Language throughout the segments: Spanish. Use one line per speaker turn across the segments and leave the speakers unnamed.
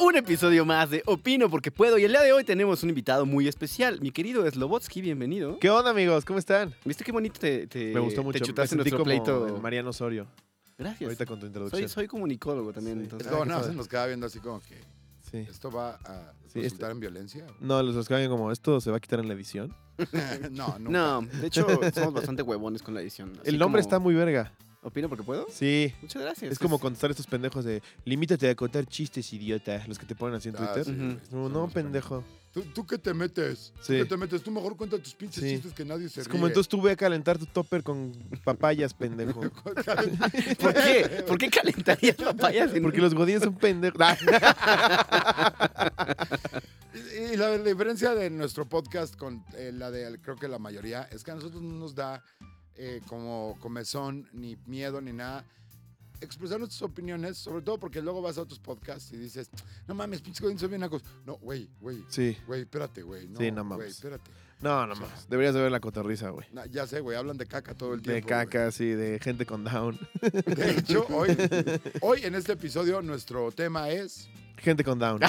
un episodio más de Opino porque puedo. Y el día de hoy tenemos un invitado muy especial, mi querido Slobotsky, bienvenido.
¿Qué onda, amigos? ¿Cómo están? Eh,
¿Viste qué bonito te, te-
Me gustó mucho.
Te chutaste
Me sentí
nuestro
como
pleito.
el Mariano Osorio.
Gracias.
Ahorita con tu
Soy,
introducción.
soy comunicólogo también.
Sí.
entonces-
Es Pues como, no, a veces nos queda viendo así como que
Sí.
esto va a
Sí,
resultar
este-
en violencia. o-
No, los escriben como, ¿esto se va a quitar en la edición?
no, nunca. Ah,
No, de hecho, somos bastante huevones con la edición. Así
el nombre
como,
está muy verga.
¿Opino porque puedo?
Sí.
Muchas gracias.
Es como contestar a estos pendejos de, limítate a contar chistes, idiota, los que te ponen así en
Ah,
Twitter.
sí,
Ujú.
güey,
No,
son
no,
unos
pendejo.
¿Tú, tú qué te metes?
Sí.
¿Tú qué te metes? Tú mejor cuenta tus pinches
Sí.
chistes que nadie se
Es como,
ríe.
entonces tú ve a calentar tu topper con papayas, pendejo.
¿Por qué? ¿Por qué calentarías papayas en
Porque los godines son pendejos. Ah,
Y, y la diferencia de nuestro podcast con eh, la de creo que la mayoría es que a nosotros no nos da eh, como comezón, ni miedo, ni nada. Expresar nuestras opiniones, sobre todo porque luego vas a otros podcasts y dices, no mames, pinches godines son bien nacos. No, güey, güey,
Sí.
güey, espérate, güey. No,
Sí, no
Güey,
mames.
espérate.
No, no más. Deberías de ver la cotorriza, güey.
Na- ya sé, güey, hablan de caca todo el tiempo.
De
güey.
caca, sí, de gente con down.
De hecho, hoy, hoy en este episodio nuestro tema es...
Gente con down.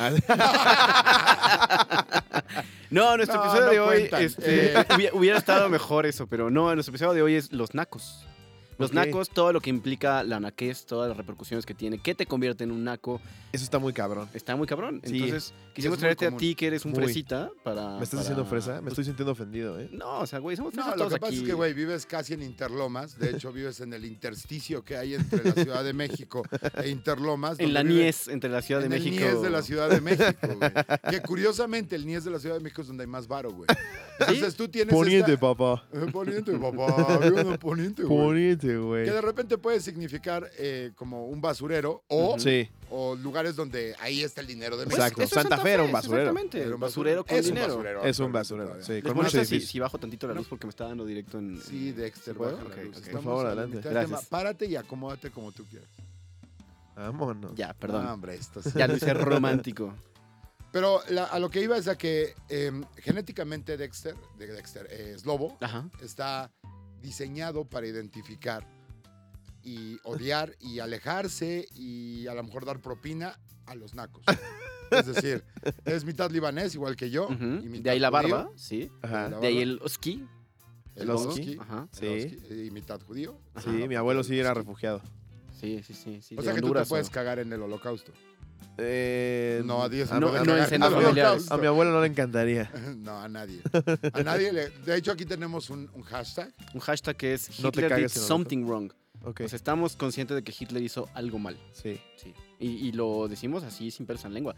No, nuestro
No,
episodio
no
de hoy
cuentan.
este, hubi- hubiera estado mejor eso, pero no, nuestro episodio de hoy es los nacos. Los
Ok.
nacos, todo lo que implica la naquez, todas las repercusiones que tiene, qué te convierte en un naco,
Eso está muy cabrón.
está muy cabrón.
Sí.
Entonces,
Es
quisimos
muy
traerte a
común.
ti, que eres un
Muy.
fresita, para...
¿Me estás
para- pues,
haciendo fresa? Me estoy sintiendo ofendido, ¿eh?
No, o sea, güey, somos fresas
No, lo
todos
que pasa
aquí.
es que, güey, vives casi en Interlomas. De hecho, vives en el intersticio que hay entre la Ciudad de México e Interlomas.
en
donde
la
vive-
niez entre la Ciudad
en
de
el
México.
Nies de la Ciudad de México, güey. Que curiosamente el Nies de la Ciudad de México es donde hay más varo, güey. Entonces tú tienes
Poniente,
esta-
papá.
Eh, Poniente, papá. vivo en el Poniente, güey.
Poniente, güey.
Que de repente puede significar eh, como un basurero o,
Sí,
o lugares donde ahí está el dinero de
Pues,
Exacto,
México.
eso es
Santa Fe era un basurero.
Exactamente,
Era
un basurero con
es
dinero.
Un
es
basurero,
un
actualmente
basurero.
todavía.
Sí,
¿Les
con muchos
molesta si, si
edificios.
bajo tantito la luz porque me está dando directo en...
Sí,
¿Se
Dexter,
puede?
baja la
Ok,
luz.
ok.
Estamos
Por favor,
a la
adelante.
mitad del tema.
Gracias.
Párate y acomódate como tú quieras.
Vámonos.
Ya, perdón.
No, hombre, esto sí.
Ya lo hice romántico.
Pero la- a lo que iba es a que eh, genéticamente Dexter, de Dexter eh, es lobo,
Ajá.
está diseñado para identificar y odiar y alejarse y a lo mejor dar propina a los nacos. Es decir, es mitad libanés igual que yo.
Ujú.
y mitad
De ahí la
judío,
barba, sí.
Ajá.
La
De ahí
barba.
el oski.
el
los
oski,
oski.
Ajá.
el
Sí.
oski, y eh, mitad judío.
Sí, mi abuelo sí era refugiado.
Sí, sí, sí. sí,
O
de
sea que tú te
Honduras,
puedes
¿no?
cagar en el holocausto.
Eh,
No, a 10
a,
no,
mi- a
no
mi-
en cenas
a mi-
familiares.
a mi abuelo no le encantaría.
No, a nadie. A nadie le. De hecho, aquí tenemos un, un hashtag.
Un hashtag que es
No te
Hitler did
cagues en el
something wrong.
Ok,
O sea, estamos conscientes de que Hitler hizo algo mal.
sí.
Sí. Y, y lo decimos así sin persa en lengua.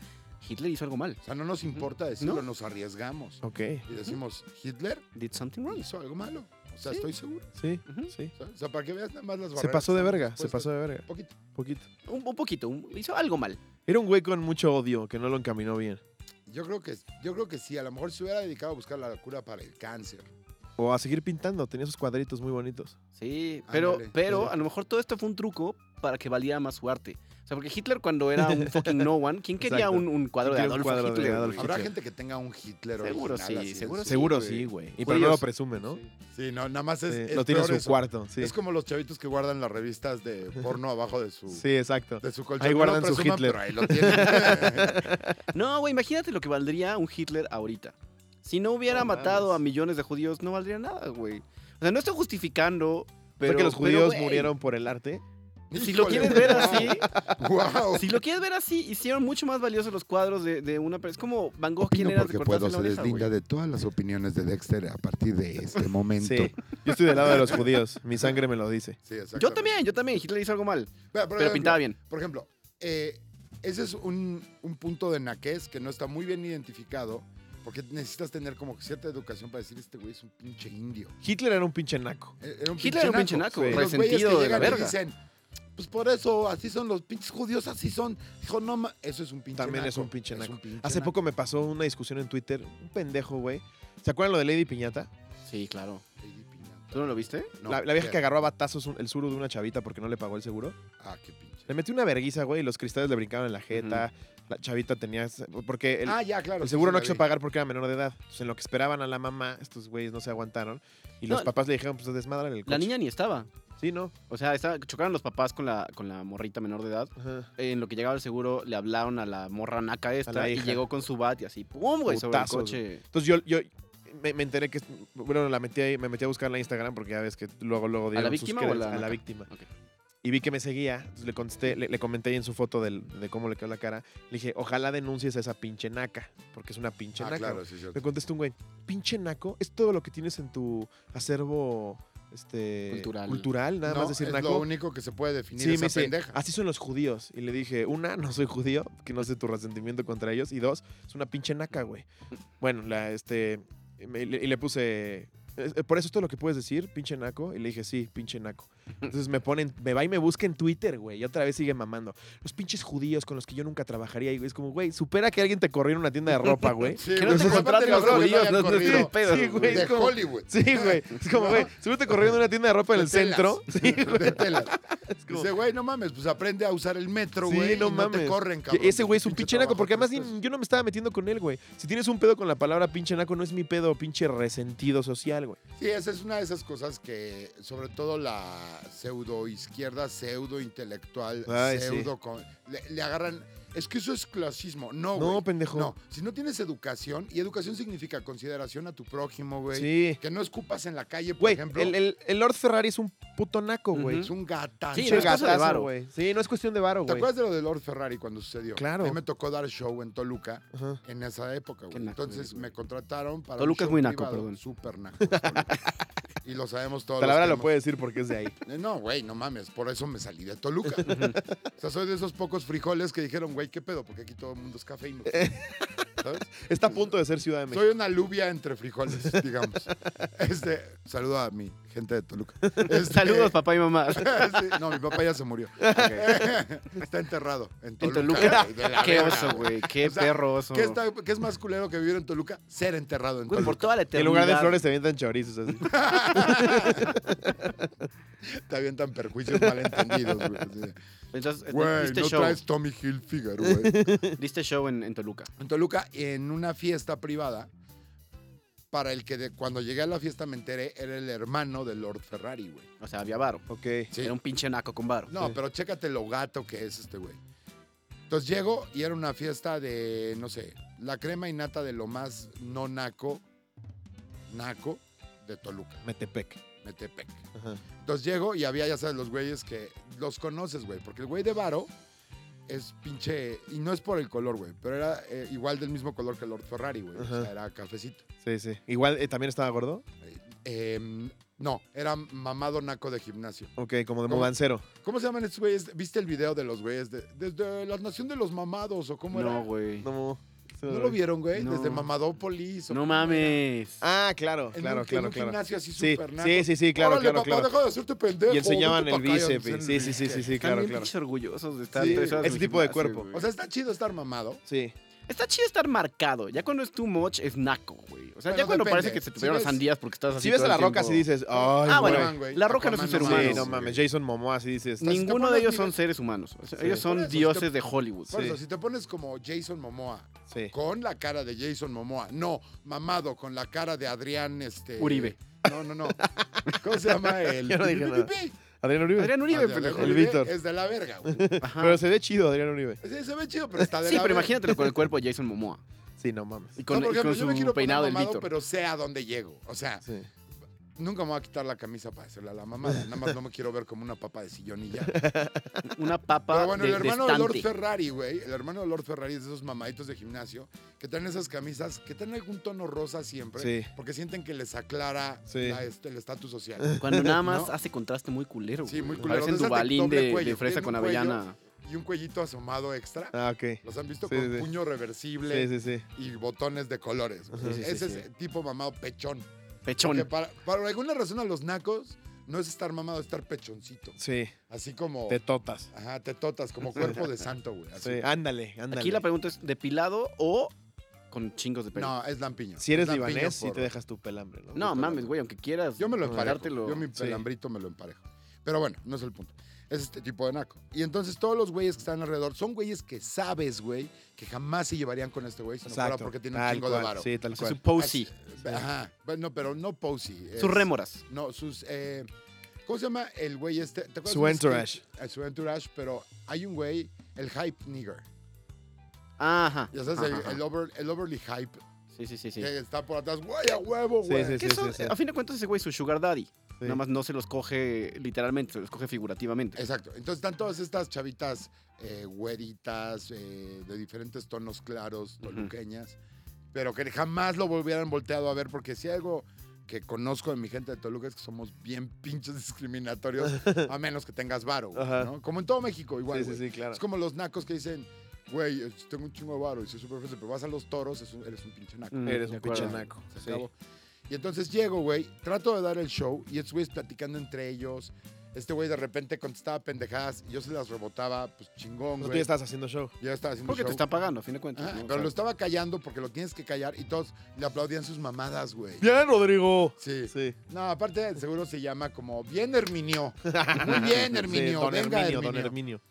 Hitler hizo algo mal.
O sea, no nos importa decirlo,
No.
nos arriesgamos.
Ok,
Y decimos, Hitler
Did something wrong.
hizo algo malo. O sea,
Sí.
estoy seguro.
sí,
Ujú.
sí.
¿sabes? O sea, para que veas nada más las
Se
barreras
pasó de
que
verga, se
estamos
pasó de verga.
puestas. Poquito.
Poquito.
Un, un poquito, un- hizo algo mal.
Era un güey con mucho odio que no lo encaminó bien.
Yo creo, que, yo creo que sí, a lo mejor se hubiera dedicado a buscar la cura para el cáncer.
O a seguir pintando, tenía esos cuadritos muy bonitos.
Sí, pero,
Ándale.
pero a lo mejor todo esto fue un truco para que valiera más su arte. O sea, porque Hitler cuando era un fucking no one, ¿quién quería
Exacto.
un, un cuadro de
¿Quién quería
Adolfo
un cuadro de
Hitler?
Adolf
güey?
Habrá
Hitler.
gente que tenga un Hitler
Seguro
original
sí,
así en
seguro
su-
Sí,
Seguro sí, güey. Y pero no lo
Judíos.
presume, ¿no?
Sí, no, nada más es.
Sí,
es
lo tiene en
peor
su
eso.
cuarto, sí.
Es como los chavitos que guardan las revistas de porno abajo de su,
Sí, exacto.
de su colchón.
Ahí
No lo
guardan su
presuman,
Hitler.
pero ahí lo tienen.
No, güey, imagínate lo que valdría un Hitler ahorita. Si no hubiera
No mames.
matado a millones de judíos, no valdría nada, güey. O sea, no estoy justificando, pero...
Porque los
pero,
judíos
güey,
murieron por el arte.
Si lo quieres ver así,
¡Wow!
si lo quieres ver así, hicieron mucho más valiosos los cuadros de, de una persona. Es como Van Gogh, ¿quién era de cortarse la oreja, güey?
de todas las opiniones de Dexter a partir de este momento.
Sí. Yo estoy del lado de los judíos. Mi sangre me lo dice.
Yo también, yo también. Hitler hizo algo mal,
Pero,
pero pintaba bien.
Por ejemplo, eh, ese es un, un punto de naquez que no está muy bien identificado porque necesitas tener como cierta educación para decir este güey es un pinche indio.
Hitler era un pinche naco.
Eh, Era un
Hitler era un pinche naco,
Sí. Los güeyes
resentido
que
de la
llegan y
verga.
dicen, pues por eso, así son los pinches judíos, así son. Dijo, no, ma- eso es un pinche
También
naco.
es un pinche naco.
un pinche
Hace
naco.
poco me pasó una discusión en Twitter. Un pendejo, güey. ¿Se acuerdan lo de Lady Piñata?
Sí, claro.
Lady Piñata.
¿Tú no lo viste?
No,
la, la vieja
¿qué?
que agarró a batazos un- el suru de una chavita porque no le pagó el seguro.
Ah, qué pinche.
Le metió una verguiza, güey, y los cristales le brincaban en la jeta. La chavita tenía... Porque el,
ah, ya, claro.
el
sí,
seguro
sí,
no
la
quiso
vi.
pagar porque era menor de edad. Entonces, en lo que esperaban a la mamá, estos güeyes no se aguantaron. Y los
No.
papás le dijeron, pues desmadran el coche.
La niña ni estaba.
Sí, ¿no?
O sea, estaba- chocaron los papás con la, con la morrita menor de edad.
Ajá.
En lo que llegaba el seguro, le hablaron a la morra naca esta
la
y
hija.
llegó con su bat y así, ¡pum! güey, sobre el
Putazos,
coche.
Entonces yo, yo me, me enteré que... Bueno, la metí ahí, me metí a buscar en la Instagram porque ya ves que luego, luego dieron sus
víctima o a
créditos.
la
A la
naca?
víctima.
Ok.
Y vi que me seguía, entonces le contesté, le, le comenté ahí en su foto del- de cómo le quedó la cara. Le dije, ojalá denuncies a esa pinche naca, porque es una pinche
Ah,
naca.
claro,
güey.
sí,
Me
cierto.
contestó un güey, pinche naco, es todo lo que tienes en tu acervo este,
Cultural.
nada
No,
más decir
es
naco.
lo único que se puede definir
Sí,
esa
me dice,
pendeja.
así son los judíos. Y le dije, una, no soy judío, que no sé tu resentimiento contra ellos. Y dos, es una pinche naca, güey. Bueno, la, este, me- le- y le puse, "Es- eh, por eso es todo lo que puedes decir, pinche naco. Y le dije, sí, pinche naco. Entonces me ponen, me va y me busca en Twitter, güey. Y otra vez sigue mamando. Los pinches judíos con los que yo nunca trabajaría. Y es como, güey, supera que alguien te corrió en una tienda de ropa, güey.
Sí,
Que no
güey,
te
aparte
contraten
lo
los
raro que no
judíos,
hayan
no es nuestro
corrido
pedo.
Sí, güey.
güey.
Es
De
como-
Hollywood.
Sí, güey. Es como,
No.
güey, seguro te corrieron en una tienda de ropa en
De
el
telas.
centro. Sí, güey.
De tela.
Es como-
Dice, güey, no mames, pues aprende a usar el metro,
Sí,
güey. y
no
No te
mames.
corren,
Que
cabrón.
Ese güey es un pinche naco,
trabajo
porque además
tres
ni-
pesos.
yo no me estaba metiendo con él, güey. Si tienes un pedo con la palabra pinche naco, no es mi pedo, pinche resentido social, güey.
Sí, esa es una de esas cosas que, sobre todo la pseudo izquierda, pseudo intelectual,
Ay, sí.
pseudo. con- le, le agarran. Es que eso es clasismo. No,
No,
güey.
pendejo.
No, si no tienes educación, y educación significa consideración a tu prójimo, güey.
sí.
Que no escupas en la calle, por
Güey,
ejemplo.
el, el- el Lord Ferrari es un puto naco, güey.
Ujú.
Es un gatazo.
Sí,
Es
no
un
es cosa de
gatazo,
varo.
güey. Sí, no es cuestión de varo,
¿Te
güey.
acuerdas de lo de Lord Ferrari cuando sucedió?
Claro.
A mí me tocó dar show en Toluca
Ajá.
en esa época, güey.
Qué naco
Entonces
eres, güey.
me contrataron para.
Toluca es muy naco, perdón.
Súper naco. es Toluca. y lo sabemos todos. los
Talavera
que
lo
hemos-
puede decir porque es de ahí.
Eh, No, güey, no mames, por eso me salí de Toluca. o sea, soy de esos pocos frijoles que dijeron, güey, ¿qué pedo? Porque aquí todo el mundo es cafeíno.
Eh.
¿Sabes?
Está a punto de ser Ciudad de México.
Soy una alubia entre frijoles, digamos. Este, saludo a mi gente de Toluca. Este,
Saludos, papá y mamá.
sí, no, mi papá ya se murió. Está enterrado en
En
Toluca.
Toluca.
güey, de la
Qué
verga,
oso, güey. Qué
O sea,
perro oso.
¿Qué, está- qué es más culero que vivir en Toluca? Ser enterrado en
Güey, por
Toluca.
toda la
en
eternidad.
lugar de flores te avientan chorizos así.
Te avientan perjuicios malentendidos, güey. así de,
Entonces,
Güey,
eh, diste,
no
Pues, show,
traes Tommy Hilfiger, güey.
diste show en, en Toluca.
en Toluca en una fiesta privada para el que de- cuando llegué a la fiesta me enteré era el hermano de Lord Ferrari, güey.
O sea, había varo.
Ok.
Sí.
Era un pinche naco con varo.
No,
Sí.
pero chécate lo gato que es este güey. Entonces llego y era una fiesta de, no sé, la crema y nata de lo más no naco, naco de Toluca,
Metepec.
Metepec.
Ajá.
Entonces llego y había, ya sabes, los güeyes que los conoces, güey. Porque el güey de Varo es pinche. Y no es por el color, güey. Pero era eh, igual del mismo color que Lord Ferrari, güey. O
Ajá.
sea, era cafecito.
Sí, sí. Igual, eh, ¿también estaba gordo?
Eh, no, era mamado naco de gimnasio.
Ok, como de
¿Cómo?
mudancero.
¿Cómo se llaman estos güeyes? ¿Viste el video de los güeyes? de- desde la nación de los mamados o cómo
No,
era.
güey. No,
No.
¿No lo vieron, güey?
No.
Desde Mamadópolis. o cómo era.
mames.
Ah, claro,
En
claro,
un, en
claro,
un
claro.
gimnasio así
Sí,
súper naco.
sí, sí, sí, claro,
Órale,
claro,
papá,
claro.
deja de hacerte pendejo.
Y enseñaban
vete
el
pa' acá,
bíceps.
dicen,
Sí, sí, sí, sí, sí,
Están
claro,
bien
claro.
pinches orgullosos de estar
Sí,
tres horas
ese
en
tipo de
gimnasio,
cuerpo.
güey.
O sea, está chido estar mamado.
Sí.
Está chido estar marcado. Ya cuando es too much, es naco, güey. O sea,
Bueno,
ya cuando
depende.
parece que se te
Si
pegaron
ves-
sandías porque estás así.
Si ves a
todo
la
el
roca,
tiempo.
si dices, ay,
Ah, bueno,
güey.
güey.
La Roca no es un ser
Aquaman,
humano.
Sí, no
güey.
mames, Jason Momoa, así dices.
Estás- te
Ninguno
pones
de ellos
nivel-
son seres humanos. O sea,
Sí.
Ellos
Por
son
eso, si
dioses
te-
de Hollywood.
Por
Sí.
eso, si te pones como Jason Momoa,
Sí.
con la cara de Jason Momoa, no, mamado, con la cara de Adrián este,
Uribe.
No, no, no. ¿Cómo se llama el?
Yo no dije nada.
Pipipipi?
Adrián Uribe.
Adrián
Ah,
Uribe,
de
pendejo.
Adrián
El
Uribe
Víctor.
Es de la verga, güey.
Ajá.
Pero se ve chido Adrián Uribe.
Sí, se ve chido, pero está de
Sí,
la
pero
verga.
imagínatelo con el cuerpo de Jason Momoa.
Sí, no mames.
Y
No,
con,
por
y con
ejemplo, yo me quiero
su
poner
peinado del
mamado,
Víctor.
Pero sé a dónde llego. O sea,
Sí.
nunca me voy a quitar la camisa para hacerle a la mamá. Nada más no me quiero ver como una papa de sillón y ya.
Una papa
Pero bueno,
de,
el
de
hermano de, Lord
estante.
Ferrari, güey, el hermano de Lord Ferrari es de esos mamaditos de gimnasio que traen esas camisas que tienen algún tono rosa siempre
Sí.
porque sienten que les aclara
Sí.
la, este, el estatus social.
Cuando nada más
No.
hace contraste muy culero.
Sí, muy
güey.
culero.
Eh. Parecen
De esas de
Dubalín
doble
de,
cuello.
de fresa
Tiene
con
un cuello.
avellana.
Y un cuellito asomado extra.
Ah, ok.
Los han visto
Sí,
con
sí.
puño reversible
Sí, sí, sí.
y botones de colores. güey.
Ajá.
Sí, sí,
Ese
sí,
es tipo mamado pechón. Que
Pechón.
para, para alguna razón a los nacos no es estar mamado, es estar pechoncito.
Sí.
Así como...
Te totas.
Ajá, te totas, como cuerpo de santo, güey. así.
Sí. Ándale, ándale.
Aquí la pregunta es, ¿depilado o con chingos de pelo.
No, es lampiño.
Si eres
Es lampiño
libanés, sí
por-
te dejas tu pelambre, ¿no?
No, mames, güey, aunque quieras.
Yo me lo
No,
emparejo.
dártelo.
Yo mi
Sí.
pelambrito me lo emparejo. Pero bueno, no es el punto. Es este tipo de naco. Y entonces todos los güeyes que están alrededor son güeyes que sabes, güey, que jamás se llevarían con este güey, si no fuera
Exacto,
porque tiene un
tal
chingo de
cual,
varo.
Sí, tal
O sea,
cual.
su posy,
Ajá. Bueno, pero no posy. es-
sus rémoras.
No, sus. eh, ¿Cómo se llama el güey este? ¿Te acuerdas
Su
de un
entourage.
skate? Eh, Su entourage, pero hay un güey, el hype nigger.
Ajá.
Ya sabes,
ajá,
el,
ajá.
el over- el overly hype
Sí, sí, sí, sí.
que está por atrás. ¡Güey, a huevo,
Sí,
güey!
sí,
Que eso,
sí, sí.
A fin de cuentas, ese güey es su sugar daddy.
Sí.
Nada más no se los coge literalmente, se los coge figurativamente.
Exacto. Entonces están todas estas chavitas eh, güeritas, eh, de diferentes tonos claros,
Ujú.
toluqueñas, pero que jamás lo volvieran volteado a ver, porque si hay algo que conozco de mi gente de Toluca es que somos bien pinches discriminatorios, a menos que tengas varo, güey,
Ajá.
¿no? Como en todo México, igual,
Sí,
güey.
sí, sí, claro.
Es como los nacos que dicen, güey, eh, tengo un chingo de varo y soy súper fresco, pero vas a los toros, es un- eres un pinche naco.
Mm,
Eres
de
un
acuerdo.
pinche naco.
Se
Sí.
acabó. Y entonces llego, güey, trato de dar el show y estos güeyes platicando entre ellos. Este güey de repente contestaba pendejadas y yo se las rebotaba, pues chingón,
Tú
güey.
ya estás haciendo show.
Yo estaba haciendo
Porque te
show.
está pagando, a fin de cuentas.
Ajá,
¿no? O
pero
sea,
lo estaba callando porque lo tienes que callar y todos le aplaudían sus mamadas, güey.
¡Bien, Rodrigo!
Sí.
Sí.
No, aparte seguro se llama como bien Herminio. Muy bien, Herminio.
Sí, don
Venga,
Herminio,
Herminio.
don Herminio.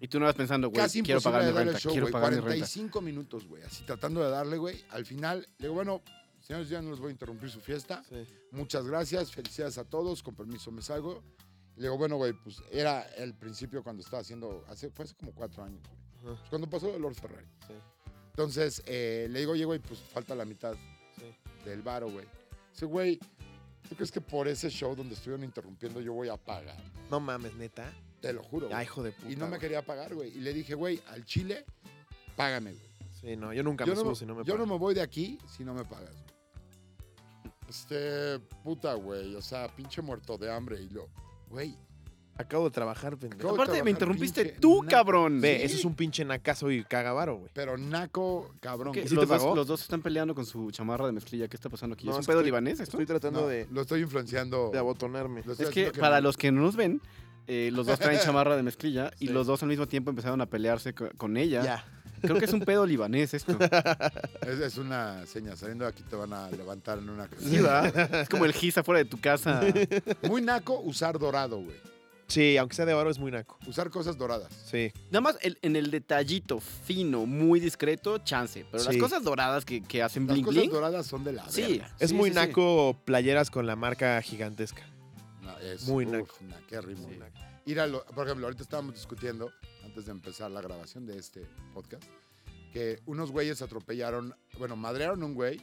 Y tú no vas pensando, güey,
Casi
quiero
imposible
pagar mi
de dar el
renta,
show,
quiero
güey.
pagar mi renta.
45 minutos, güey, así tratando de darle, güey. Al final, le digo, bueno, señores, ya no les voy a interrumpir su fiesta.
Sí.
Muchas gracias, felicidades a todos, con permiso me salgo. Y le digo, bueno, güey, pues era el principio cuando estaba haciendo, hace, fue hace como cuatro años, güey.
Ajá,
Pues cuando pasó el Lord Ferrari.
Sí.
Entonces eh, le digo, oye, güey, pues falta la mitad
sí.
del varo, güey. Dice, güey, ¿tú crees que por ese show donde estuvieron interrumpiendo yo voy a pagar?
No mames, neta.
Te lo juro.
Ah,
güey.
hijo de puta.
y no me
güey.
quería pagar, güey. Y le dije, güey, al chile, págame, güey.
Sí, no, yo nunca
Yo,
me
no,
subo
me-
si no me
yo no
pagan.
me voy de aquí si no me pagas. güey. Este, puta, güey. O sea, pinche muerto de hambre. Y lo, güey,
Acabo de trabajar, pendejo.
Acabo-
Aparte, me
trabajar,
interrumpiste
pinche
tú,
naco.
cabrón.
Ve,
Sí.
ese es un pinche nacazo y cagavaro, güey.
pero naco, cabrón.
Que
¿Y sí
los,
te pagó?
dos, los dos están peleando con su chamarra de mezclilla. ¿Qué está pasando aquí?
No,
¿Es un
es que
pedo
estoy-
libanés esto?
Estoy tratando
No,
de,
Lo estoy influenciando.
de abotonarme.
lo estoy
Es que
haciendo
para
no-
los que no nos ven, eh, los dos traen chamarra de mezclilla y
Sí.
los dos al mismo tiempo empezaron a pelearse co- con ella.
Ya.
Creo que es un pedo libanés esto.
Es, es una seña. Saliendo de aquí te van a levantar en una.
Sí, ¿verdad?
Es como el gis afuera de tu casa.
Muy naco usar dorado, güey.
Sí, aunque sea de varo, es muy naco.
Usar cosas doradas.
Sí.
Nada más el- en el detallito fino, muy discreto, chance. Pero las
Sí.
cosas doradas que, que hacen
Las
bling
cosas
bling.
doradas son de la
Sí,
verga.
Es
sí,
muy
sí, sí.
naco playeras con la marca gigantesca.
No, es-
Muy
uf,
naco.
naquérrimo,
Muy
güey.
naco.
ir a lo- por ejemplo, ahorita estábamos discutiendo, antes de empezar la grabación de este podcast, que unos güeyes atropellaron, bueno, madrearon a un güey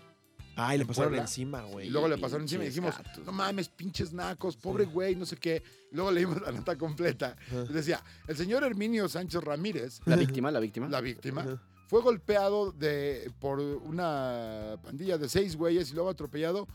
Ay, le
En
pasaron
Puebla.
encima, güey.
y luego le pasaron encima y
pinches
dijimos,
gatos.
no mames, pinches nacos, pobre güey, no sé qué. Luego leímos la nota completa.
Ajá.
y Decía, el señor Herminio Sánchez Ramírez,
La víctima, la víctima.
la víctima,
Ajá.
fue golpeado de, por una pandilla de seis güeyes y luego atropellado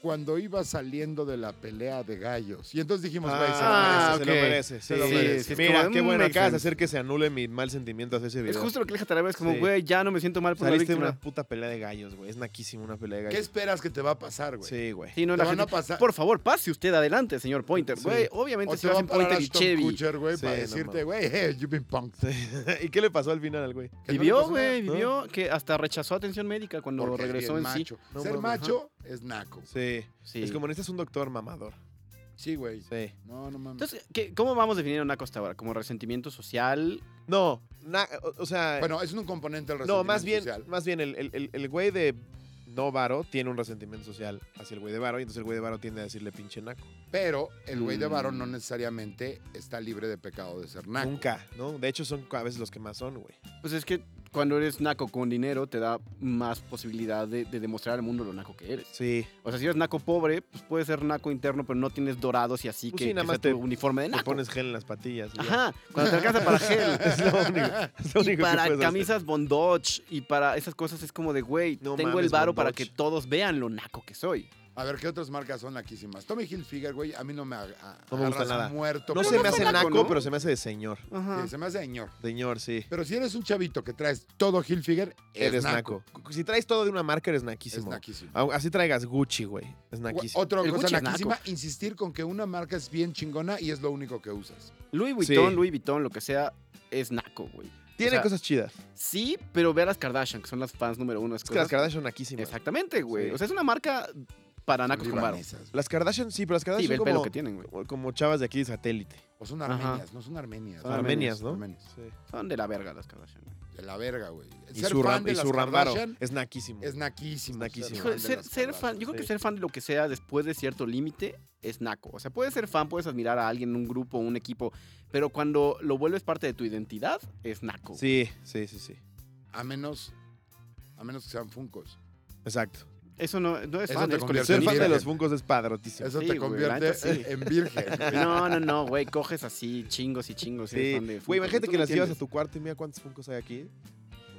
cuando iba saliendo de la pelea de gallos. Y entonces dijimos, güey, se lo merece".
Ah,
merece,
se
se
lo
lo se lo
merece. sí,
merece.
sí,
Es
Mira,
como,
qué
mm,
bueno
makes
acabas de
sense.
hacer que se anule mi mal sentimiento hacia ese video.
Es justo lo que le dije a Talavera, es como,
Sí.
güey, ya no me siento mal por la
Saliste de
víctima.
una puta pelea de gallos, güey. Es naquísimo una pelea de
¿Qué
gallos.
esperas que te va a pasar, güey?
Sí, güey.
Sí, no,
Te
la
van
gente-
a pasar-
Por favor, pase usted adelante, señor Pointer.
Sí.
Güey, obviamente
O
se
te
va
va
a
a
hacer
parar
Pointer y
Ashton
Chevy.
Kutcher, güey,
Sí,
para
no
decirte,
mames.
güey, hey, you've been punked.
¿Y qué le pasó al final al güey?
Y
Que no le
vio,
pasó nada,
güey,
¿no?
vio que hasta rechazó atención médica cuando
porque
regresó en
bien macho.
No
Ser
mames,
macho es naco.
Sí.
sí.
Es como, necesitas un doctor mamador.
Sí, güey.
Sí.
No, no mames.
Entonces, ¿qué- ¿cómo vamos definiendo una costa ahora? ¿Como resentimiento social?
No, na- o- o sea...
bueno, es un componente del
eh, no,
resentimiento
más bien,
social.
más bien el, el- el- el güey de no varo tiene un resentimiento social hacia el güey de varo y entonces el güey de varo tiende a decirle pinche naco.
Pero el güey de varón
Mm.
no necesariamente está libre de pecado de ser naco.
Nunca, ¿no? De hecho, son a veces los que más son, güey.
Pues es que cuando eres naco con dinero te da más posibilidad de, de demostrar al mundo lo naco que eres.
Sí.
O sea, si eres naco pobre, pues puedes ser naco interno, pero no tienes dorados y así
Pues
que,
sí,
que
nada
sea
más te-
tu uniforme de
Te
naco.
pones gel en las patillas. y ya.
Ajá, cuando te alcanza para gel.
Es lo único, es lo
y
único que
para
puedes hacer.
camisas bondoch y para esas cosas es como de, güey,
No
tengo el
mames,
varo para
bondage.
que todos vean lo naco que soy.
A ver, ¿qué otras marcas son naquísimas? Tommy Hilfiger, güey, a mí no me, a- a-
No me gusta
agarras
nada.
muerto.
No
por
se
no
me
eso.
hace
naco,
naco,
¿no?
pero se me hace de señor.
Ajá.
Sí, se me hace señor.
Señor, sí.
Pero si eres un chavito que traes todo Hilfiger,
Eres naco. Si traes todo de una marca, eres
Es
naquísimo.
naquísimo.
Au- Así traigas Gucci, güey. Es naquísimo.
Otra
El
cosa
Gucci es
naquísima, insistir con que una marca es bien chingona y es lo único que usas.
Louis Vuitton,
Sí.
Louis Vuitton, lo que sea, es naco, güey.
Tiene
O sea,
cosas chidas.
Sí, pero ve a las Kardashian, que son las fans número uno. de esas
Es que las
cosas.
Kardashian aquí sí, man.
Exactamente, güey.
Sí.
O sea, es una marca para nacos con varo.
libanesas, güey.
Las Kardashian sí, pero las
Sí,
Kardashian
ve el
son
pelo
como,
que tienen, güey.
como- como chavas de aquí de satélite.
O son
Ajá.
armenias, no son armenias.
Son
armenias, ¿no?
armenias.
Sí.
Son de la verga las Kardashian. güey.
De la verga, güey.
Y
Ser
su,
fan
ram-
de
y
las
su rambaro
Kardashian
es naquísimo.
Es naquísimo.
Es naquísimo.
Híjole,
fan de
ser,
las
ser
Kardashian.
fan, yo creo que
sí.
ser fan de lo que sea después de cierto límite es naco. O sea, puedes ser fan, puedes admirar a alguien, un grupo, un equipo, pero cuando lo vuelves parte de tu identidad, es naco.
Sí, sí, sí, sí.
A menos, a menos que sean funcos.
Exacto.
Eso no, no es
Eso
fan,
te
eres
convierte
Ser
en
fan
coleccionista.
de los
virgen.
Funkos es padrotísimo.
Eso
Sí,
te
güey, la
convierte
neta, sí.
en virgen. güey.
No, no, no, güey, coges así chingos y chingos. y eres
Sí.
fan de
Güey,
Funko.
imagínate
Tú
que
no
las llevas a
entiendes.
tu cuarto y mira cuántos Funkos hay aquí.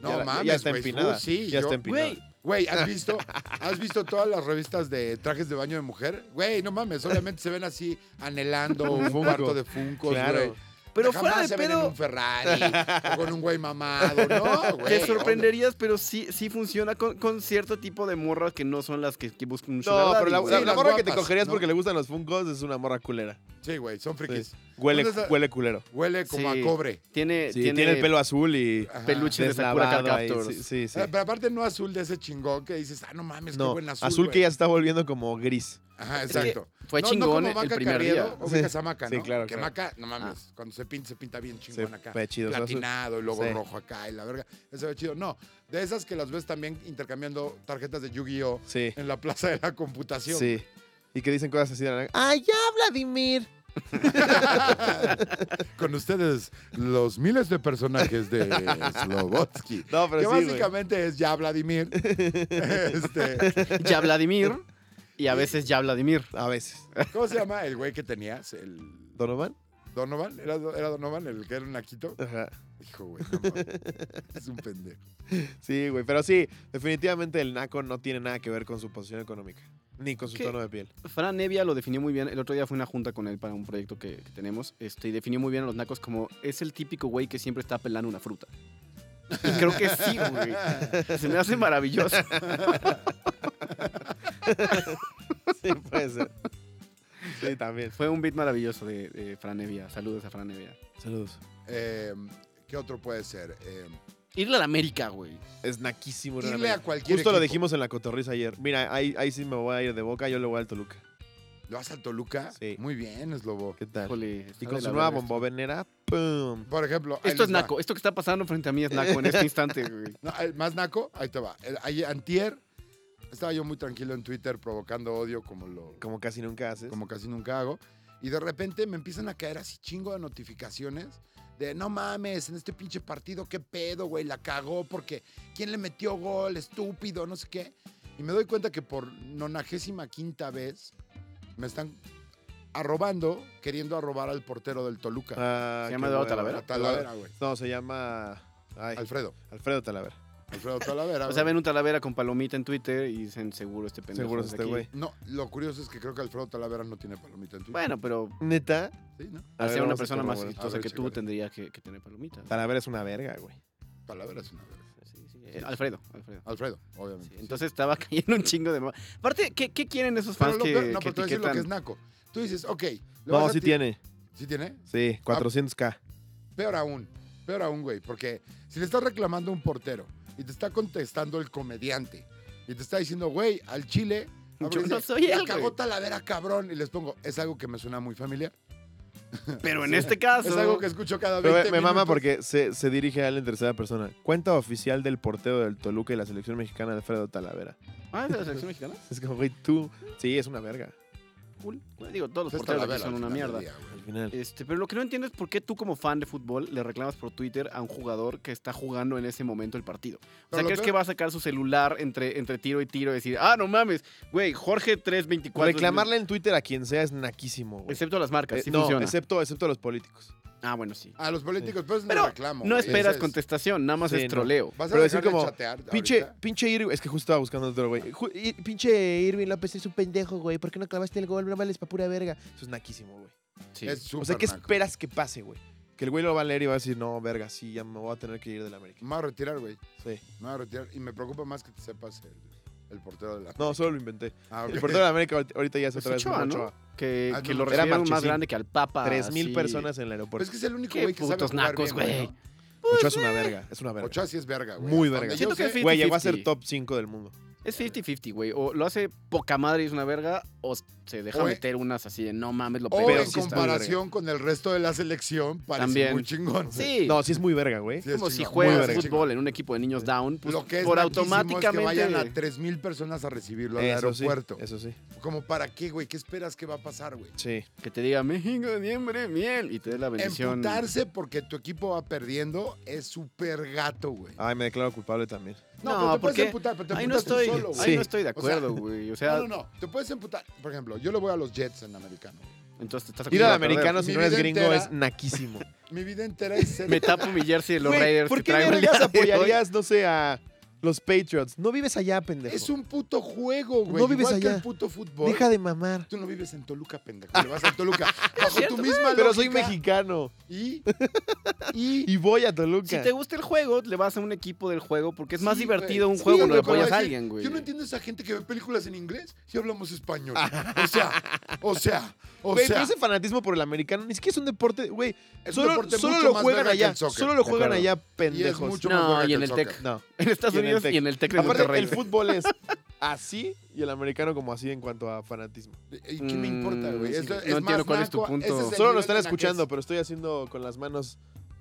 No
Ya la-
mames,
Ya está
güey.
empinada.
Uh, sí,
Ya
yo-
está empinada.
Güey,
Güey, ¿has visto, ¿has visto todas las revistas de trajes de baño de mujer? Güey, no mames, obviamente se ven así anhelando un
Funko.
cuarto de funcos,
Claro.
pues, güey.
pero
Jamás
fuera
se
de
ven en
pedo,
un Ferrari o con un güey mamado, no, güey.
te sorprenderías, pero sí, sí funciona con, con cierto tipo de morras que no son las que, que buscan un sugar
No,
daddy,
pero la,
güey.
la-
Sí,
la
las
morra que te
guapas,
cogerías
¿no?
porque le gustan los Funkos es una morra culera.
Sí, güey, son frikis.
Huele,
¿Dónde está?
huele culero.
Huele como
Sí.
a cobre.
tiene,
Sí, eh, tiene el pelo azul y
Ajá.
peluche de Sakura Card
deslavado ahí.
Captors.
Sí, sí, sí.
Ah, Pero aparte no azul de ese chingón que dices, ah, no mames, qué
no,
buen
azul,
azul.
que
güey".
ya se está volviendo como gris.
Ajá,
que
exacto.
Fue
no,
chingón
no como
el
Maca
primer
Carriero,
día.
ubicas
Sí,
a Maca,
sí,
¿no?
claro,
Que
claro.
Maca, no mames, cuando se pinta, se pinta bien
Sí,
chingón acá.
fue chido. O sea,
Platinado, el logo
sí.
rojo acá y la verga. Eso ve chido. No, de esas que las ves también intercambiando tarjetas de Yu-Gi-Oh!
Sí,
en la plaza de la computación.
sí. Y que dicen cosas así de la nada. ¡Ay, ya, Vladimir!
Con ustedes, los miles de personajes de Slobotsky.
No,
que
pero sí, güey.
básicamente es ya Vladimir. Este,
Ya Vladimir y a veces ya Vladimir.
A veces.
¿Cómo se llama el güey que tenías? El
¿Donovan?
Donovan. ¿Era, era Donovan el que era un naquito?
Ajá.
Hijo, güey, no mames. es un pendejo.
Sí, güey. Pero sí, definitivamente el naco no tiene nada que ver con su posición económica. Ni con su
¿Qué?
tono de piel.
Fran Nevia lo definió muy bien. El otro día fue una junta con él para un proyecto que, que tenemos. Este, y definió muy bien a los nacos como es el típico güey que siempre está pelando una fruta. Y creo que sí, güey. Se me hace maravilloso.
Sí, puede ser. Sí, también.
Fue un beat maravilloso de, de Fran Nevia. Saludos a Fran Nevia.
Saludos.
Eh, ¿Qué otro puede ser? Eh,
Irle a la América, güey.
Es naquísimo. ¿no?
irle a cualquier
Justo lo
equipo.
dijimos en la cotorriza ayer. Mira, ahí, ahí sí me voy a ir de boca, yo le voy al Toluca.
¿Lo vas al Toluca?
Sí.
Muy bien, Slobo.
¿Qué tal?
Híjole,
Y
está
con
de
su
la
nueva
verga esto.
bombovenera, ¡pum!
Por ejemplo. ahí
Esto es
les va.
naco. Esto que está pasando frente a mí es naco en este instante, güey.
No, eh, más naco, ahí te va. El- ayer- antier estaba yo muy tranquilo en Twitter provocando odio como lo
Como casi nunca haces.
como casi nunca hago. Y de repente me empiezan a caer así chingo de notificaciones de no mames, en este pinche partido, qué pedo, güey, la cagó porque quién le metió gol, estúpido, no sé qué. Y me doy cuenta que por nonagésima quinta vez me están arrobando, queriendo arrobar al portero del Toluca.
Ah,
¿Se llama
qué
Eduardo
hueva.
Talavera?
a Talavera, güey.
No, se llama. ay,
Alfredo,
Alfredo Talavera.
Alfredo Talavera.
O sea,
güey.
ven un talavera con palomita en Twitter y dicen, seguro este pendejo.
Seguro es
de
este
aquí".
güey.
No, lo curioso es que creo que Alfredo Talavera no tiene palomita en Twitter.
Bueno, pero
Neta.
Sí, ¿no?
A ver,
hacia una
vamos a
persona más
corroborar.
exitosa
A ver,
que tú
chécale.
tendría que, que tener palomitas.
Talavera es una verga, güey.
Talavera es una verga.
Sí, sí, eh, Alfredo, Alfredo.
Alfredo,
Sí,
obviamente.
entonces estaba cayendo un chingo de... ma- Aparte, ¿qué, qué quieren esos
Pero
fans
lo
que,
peor- no,
que
pero te voy a decir lo que es
etiquetan?
naco. Tú dices, ok. le
No,
vas a
sí
ti-
tiene.
¿Sí tiene?
Sí, 400k.
Peor aún. Peor aún, güey. Porque si le estás reclamando a un portero y te está contestando el comediante y te está diciendo, güey, al chile.
Yo
abres y
no
dice,
soy
"La
él,
cagó
güey".
Talavera, cabrón. Y les pongo, es algo que me suena muy familiar.
Pero en este caso...
Es algo que escucho cada vez.
Pero me, me mama porque se, se dirige a él en tercera persona. Cuenta oficial del porteo del Toluca y la selección mexicana Alfredo Talavera.
Ah, ¿es de la selección mexicana?
Es como, güey, tú. Sí, es una verga.
Cool. Bueno, digo, todos los porteros aquí son una mierda.
Al final.
Este, pero lo que no entiendo es por qué tú como fan de fútbol le reclamas por Twitter a un jugador que está jugando en ese momento el partido. O
Pero
sea,
lo
¿crees
peor-
que va a sacar su celular entre, entre tiro y tiro y decir, ah, no mames, güey, Jorge 324...
Reclamarle en Twitter a quien sea es naquísimo, güey.
Excepto las marcas,
Eh,
sí
no,
funciona.
excepto, excepto a los políticos.
Ah, bueno, sí.
A los políticos, pues
Pero
no reclamo.
No
güey.
esperas
Dices,
contestación, nada más
Sí,
es
no.
troleo.
Vas a
Pero
decir
decir
como.
como, Pinche, pinche Irving. Es que justo estaba buscando otro, güey. Ju- Ir- Pinche Irving López es un pendejo, güey. ¿Por qué no clavaste el gol? No vales pa' pura verga. Eso es naquísimo, güey.
Sí.
Es
O sea,
súper
¿qué
naco.
esperas que pase, güey? Que el güey lo va a leer y va a decir, no, verga, sí, ya me voy a tener que ir de la América.
Me voy a retirar, güey.
Sí.
Me voy a retirar. Y me preocupa más que te sepas el, el portero de la.
No, solo lo inventé.
Ah, ok.
El portero de la América ahorita- ahorita ya es
Es
otra vez.
Ochoa,
Memo
¿no?
Ochoa.
Que,
Ah,
que
no,
lo
era
recibieron más
Marchesín.
grande que al Papa.
Tres mil
así.
personas en el
Pero
aeropuerto.
Pues es que es el único
Qué
güey que sabe
putos
jugar
nacos,
bien,
güey.
¿no?
Ochoa es una verga, es una verga.
Ochoa sí es verga, güey.
Muy
Hasta
verga.
donde
Siento
yo
que
sé-
sí.
Güey, llegó a ser
50-50.
top 5 del mundo.
Es 50-50, güey. O lo hace poca madre y es una verga, o se deja
O-
meter unas así de no mames, lo
O
peor.
Pero
en
sí está
comparación con el resto de la selección, parece
También.
muy chingón.
Sí.
No, sí es muy verga, güey.
Sí, es
como si
chingón,
muy
juegas
verga.
fútbol en un equipo de niños down, pues
Lo que es
por
naquísimo es
automáticamente.
que vayan a 3000 personas a recibirlo al
Eso sí,
aeropuerto.
Eso sí.
Como para qué, güey, ¿qué esperas que va a pasar, güey?
Sí.
que te diga México, diciembre, miel, y te dé la bendición.
Emputarse porque tu equipo va perdiendo es súper gato, güey.
Ay, me declaro culpable también.
Ah. No,
pero te puedes
porque
emputar, pero te
Ahí no
emputas tú
estoy,
solo, güey.
ahí
Sí.
no estoy de
O sea-
acuerdo, güey. O sea,
no, no, no. Te puedes emputar. Por ejemplo, yo le voy a los Jets en americano.
entonces te estás
Ir al
acostumbrado a perder.
americano si
Mi
no eres
vida
gringo
entera-
es naquísimo.
Mi vida entera es ser
Me tapo mi jersey de los
Güey,
Raiders.
¿Por
que
qué
traigo el
vergas
día de hoy.
apoyarías, no sé, a los Patriots? No vives allá, pendejo.
Es un puto juego, güey.
No vives
Igual que
allá.
el puto fútbol.
Deja de mamar.
Tú no vives en Toluca, pendejo. Le vas a Toluca. Bajo tu misma
Pero soy
lógica,
mexicano
Y,
y voy a Toluca.
Si te gusta el juego, le vas a un equipo del juego porque es más
Sí,
divertido
güey.
un
Sí,
juego cuando
güey,
le
pero
apoyas a
decir,
alguien, güey.
Yo no entiendo esa gente que ve películas en inglés y hablamos español. O sea, o sea, o
Güey,
sea.
pero ese fanatismo por el americano ni siquiera es un deporte, güey.
es un
Solo,
deporte
solo
mucho
lo
más
juegan
verga que
allá.
el soccer.
Solo lo juegan
De
allá,
Y es
pendejos.
mucho
No,
más verga
y
que
en
el
el
soccer.
Tec.
No.
En Estados
Y en el
Unidos
Tec.
y en el Tec de
Aparte,
Monterrey.
el fútbol es así y el americano como así en cuanto a fanatismo.
¿Y qué me importa,
Mm,
güey?
sí,
Esto
no
es
entiendo
más
cuál es tu
naco,
punto.
ese es el
Solo
nivel
lo están
de naquez.
escuchando, pero estoy haciendo con las manos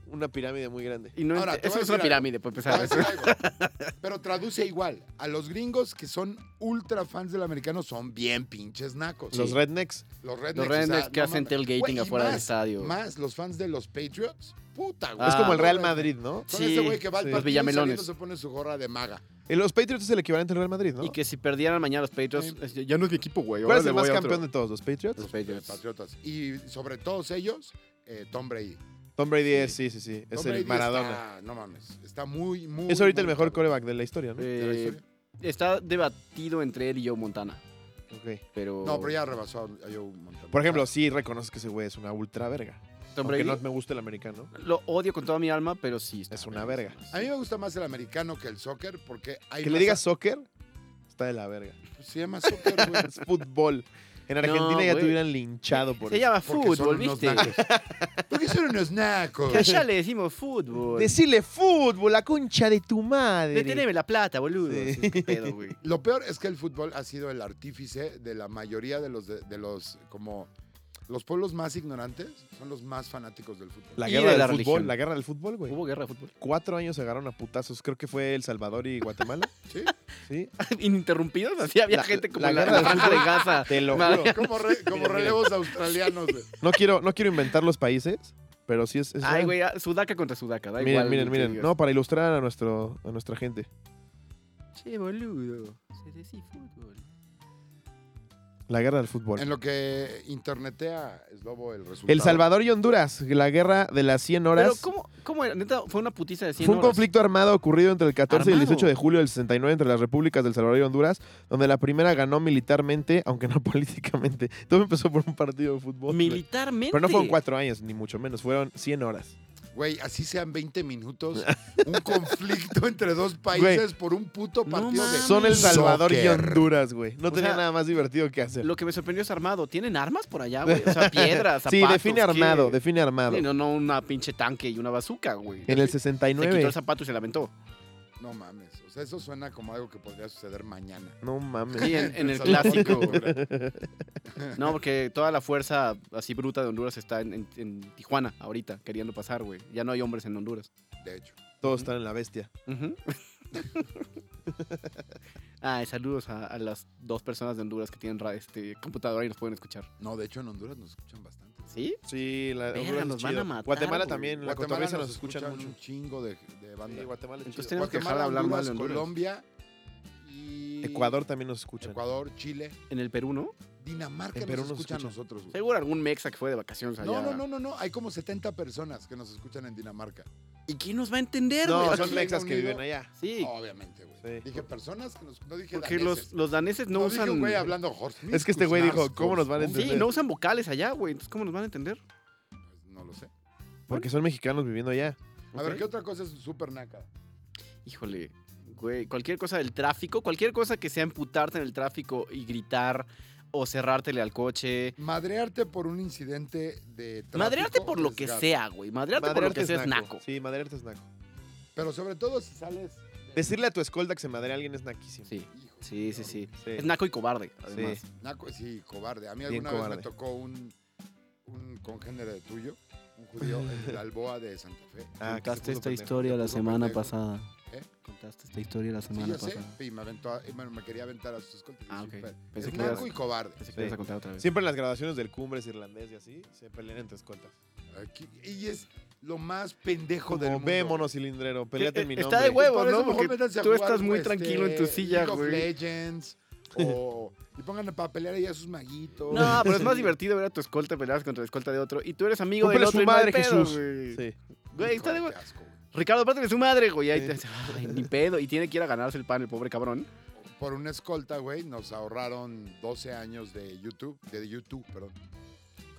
una pirámide muy grande.
Y no
Ahora,
ent-
te voy
eso
a
es una
decir algo.
pirámide, para
Te voy a
empezar.
decir algo, Pero traduce igual. A los gringos que son ultra fans del americano son bien pinches nacos.
Los
Sí.
rednecks.
Los rednecks,
Los
o sea,
Rednecks que
no
hacen
mames.
tailgating
Güey, y
afuera del
más,
estadio.
Más los fans de los Patriots. Puta, güey.
Ah.
es como el Real Madrid, ¿no?
Son
Sí,
ese güey que va al
sí.
partido
Los villamelones.
y saliendo se pone su gorra de maga.
Eh, Los Patriots es el equivalente al Real Madrid, ¿no?
Y que si perdieran mañana los Patriots, es- ya no es mi equipo, güey.
¿Cuál
ahora
es
le
el
voy
más
a otro.
campeón de todos? ¿Los Patriots?
Los Patriots.
Patriotas. Y sobre todos ellos, eh, Tom Brady.
Tom Brady es, sí, sí, sí. Es
Tom Brady
el Maradona.
está- no mames. Está muy, muy.
Es ahorita el
muy
mejor
cabrón.
coreback de la historia, ¿no?
¿De la
Eh,
historia?
está debatido entre él y Joe Montana,
Ok.
pero...
No, pero ya rebasó a a Joe Montana.
Por ejemplo, sí reconozco que ese güey es una ultra verga.
Tom
Aunque
Brady,
no me gusta el americano.
lo odio con toda mi alma, pero sí. está
Es una
verga.
A mí me gusta más el americano que el soccer porque hay.
Que le
más-
digas soccer, está de la verga.
Se llama soccer, güey.
Es fútbol. En Argentina ya
güey.
te hubieran linchado por
Se
eso.
llama
Porque son
fútbol,
unos
¿viste?
nacos. Porque son unos nacos.
Que allá le decimos fútbol.
Decirle fútbol, la concha de tu madre.
Deteneme la plata, boludo.
Sí.
Sí, qué pedo, güey.
Lo peor es que el fútbol ha sido el artífice de la mayoría de los, de, de los como los pueblos más ignorantes son los más fanáticos del fútbol.
La
Y
guerra
de
del
la
fútbol,
religión.
la guerra del fútbol, güey.
Hubo guerra de fútbol.
Cuatro años se agarraron a putazos. Creo que fue El Salvador y Guatemala.
¿Sí?
Sí.
Ininterrumpidos, así había
La-
gente como
la
en la,
guerra
la franja de Gaza.
Te lo
Madre.
juro.
Como, re- como
Mira, mira.
relevos australianos. güey.
No quiero, no quiero inventar los países, pero sí es. es
Ay,
real.
güey, ah, Sudaca contra Sudaca, da
Miren,
igual.
miren,
lo que
miren.
digas.
No, para ilustrar a, nuestro, a nuestra gente.
Che, boludo. Se decía fútbol.
La guerra del fútbol.
En lo que internetea es lobo el resultado.
El Salvador y Honduras, la guerra de las 100 horas.
Pero, ¿cómo, ¿cómo era? Neta, fue una putiza de 100
Fue un
horas.
conflicto armado ocurrido entre el 14 y el
Armado.
18 de julio del 69 entre las repúblicas del Salvador y Honduras, donde la primera ganó militarmente, aunque no políticamente. Todo empezó por un partido de fútbol. güey.
Militarmente.
Pero no fueron cuatro años, ni mucho menos, fueron 100 horas.
Güey, así sean 20 minutos, un conflicto entre dos países por un puto
No
partido de
mames.
Son El Salvador y
soccer.
Honduras, güey. No
O
tenía
sea,
nada más divertido que hacer.
Lo que me sorprendió es armado. ¿Tienen armas por allá, güey? O sea, piedras,
Sí,
zapatos.
define
¿qué?
armado, define armado.
Sí, no, no una pinche tanque y una bazooka, güey.
En el
Se quitó
69.
el zapato y se la aventó.
No mames. O sea, eso suena como algo que podría suceder mañana.
No mames.
Sí, en, en el
Salvador y
clásico.
Honduras.
No, porque toda la fuerza así bruta de Honduras está en, en- en Tijuana ahorita, queriendo pasar, güey. Ya no hay hombres en Honduras.
De hecho.
Todos están en la bestia.
Ujú. ah, y saludos a, a las dos personas de Honduras que tienen ra- este, computadora y nos pueden escuchar.
No, de hecho en Honduras nos escuchan bastante.
¿Sí?
Sí, la
Verga,
Honduras es
nos van
chido.
a matar,
Guatemala
güey.
también, la
Guatemala
cotorriza nos escuchan mucho.
Un chingo de, de banda.
Sí, Guatemala es
Entonces
chido.
tenemos que dejar de
Guatemala,
hablar mal
Honduras,
de Honduras.
Colombia y
Ecuador también nos escuchan.
Ecuador, Chile,
En el Perú, ¿no?
Dinamarca
En
nos,
Perú nos
escuchan a
escuchan.
nosotros. güey.
Seguro algún mexa que fue de vacaciones allá.
No, no, no, no, no, hay como 70 personas que nos escuchan en Dinamarca.
¿Y quién nos va a entender, güey?
No,
Aquí-
son
Reino
mexas que
Unido.
viven allá.
Sí,
Obviamente, güey.
Sí.
Dije personas que nos no dije
porque los,
Oh, daneses.
los daneses no,
No dije
usan...
un güey hablando horse.
Es que este güey dijo, ¿cómo nos van a
sí,
entender?
no usan vocales allá, güey. Entonces, ¿cómo nos van a entender?
Pues, No lo sé.
Porque son mexicanos viviendo allá.
A ver, ¿qué otra cosa es súper naca?
Híjole, güey, cualquier cosa del tráfico, cualquier cosa que sea emputarte en el tráfico y gritar o cerrártele al coche.
Madrearte por un incidente de tráfico.
Madrearte por lo que
desgaste.
sea, güey. Madrearte, por lo que sea es naco.
Sí, madrearte es naco.
Pero sobre todo si sales. de-
Decirle a tu escolta que se madre a alguien es naquísimo.
Sí,
Hijo,
sí, sí, sí.
Sí.
Es naco y cobarde, además.
Sí.
Naco, sí, cobarde. A mí
Bien
alguna vez
cobarde.
me tocó un, un congénere de tuyo, un judío, en la Alboa de Santa Fe.
Ah, que se
Contaste
puso
esta
pendejo.
historia la
puso
semana
pendejo.
pasada.
¿Eh?
Contaste esta historia la
Sí,
semana
yo sé.
pasada.
Y me, aventó a- y, bueno, me quería aventar a sus escoltas.
Ah,
Sí,
ok.
pero-
Pensé
es
que
naco
ibas-
y cobarde.
Pensé que
Sí.
ibas a contar otra vez.
Siempre en las graduaciones del Cumbres irlandés y así, se pelean entre escoltas.
Aquí- y es lo más pendejo del
Como
mundo.
ve, monocilindrero, peleate en mi nombre.
Está de huevo.
Por
¿no?
eso mejor
Porque
métanse a
tú
jugar,
estás muy
este,
tranquilo en tu silla,
League of
güey.
Legends. O, y pongan para pelear ahí a sus maguitos.
No, pero es más divertido ver a tu escolta pelear contra la escolta de otro. Y tú eres amigo
Tú
del
eres
otro.
su
y no hay
madre,
pedo,
Jesús.
güey.
Sí.
Güey, está de
Híjole,
hue-
qué asco, güey.
Ricardo, aparte de su madre, güey. Ahí
Sí.
te- Ay, ni pedo. Y tiene que ir a ganarse el pan, el pobre cabrón.
Por una escolta, güey, nos ahorraron 12 años de YouTube. De YouTube, perdón.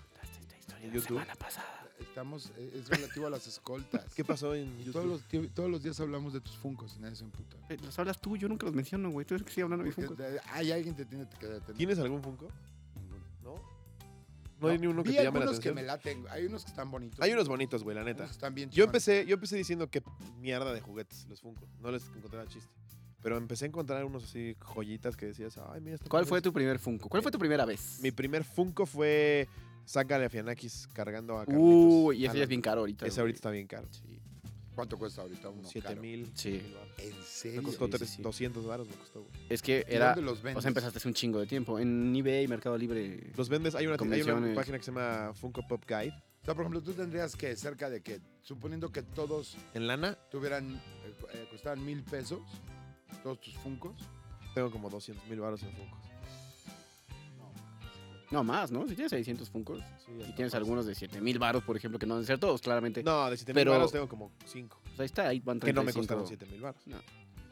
Contaste esta historia
la YouTube. semana
pasada.
Estamos, eh, es relativo a las escoltas.
¿Qué pasó en YouTube?
Todos los, ti- todos los días hablamos de tus funcos y nadie se emputa.
Eh, Los hablas tú, yo nunca los menciono, güey. Tú eres que sigue hablando de mis Funkos.
Porque, eh, Hay alguien que tiene que detener.
¿Tienes algún Funko? No. No
No,
hay ni uno que
Vi
te llame la
algunos que
atención.
me laten. Hay unos que están bonitos.
Hay unos bonitos, güey, la
Unos
neta.
que están bien
Yo
chingón.
empecé, yo empecé diciendo que mierda de juguetes, los Funko. No les encontraba chiste. Pero empecé a encontrar unos así joyitas que decías, ay, mira. está
¿Cuál
padre
fue
esto".
tu primer Funko? ¿Cuál fue tu primera vez?
Mi primer Funko fue Saca de Afianakis cargando a Carlitos.
Uy, Uh, y
A
ese
la-
ya es bien caro ahorita.
Ese
güey.
ahorita está bien caro.
Sí.
¿Cuánto cuesta ahorita uno?
7
caro?
mil.
Sí.
¿En
Me
serio?
costó
Sí, sí,
tres-
sí.
200 baros, me costó. güey.
Es que
¿Y
era.
dónde los
O
vendes?
sea, empezaste hace un chingo de tiempo. En eBay, Mercado Libre.
Los vendes, hay una, hay una
Convenciones.
página que se llama Funko Pop Guide.
O sea, por ejemplo, tú tendrías que cerca de que, suponiendo que todos
En lana
tuvieran, eh, cu- eh, costaran mil pesos, todos tus funcos.
tengo como 200 mil baros en Funko.
No, más, ¿no? Si tienes 600 Funkos. Y tienes algunos de 7000 baros, por ejemplo, que no deben ser todos, claramente.
No, de 7 mil
Pero-
baros tengo como 5.
Pues ahí está, ahí van 35.
Que no me costaron 7 mil baros.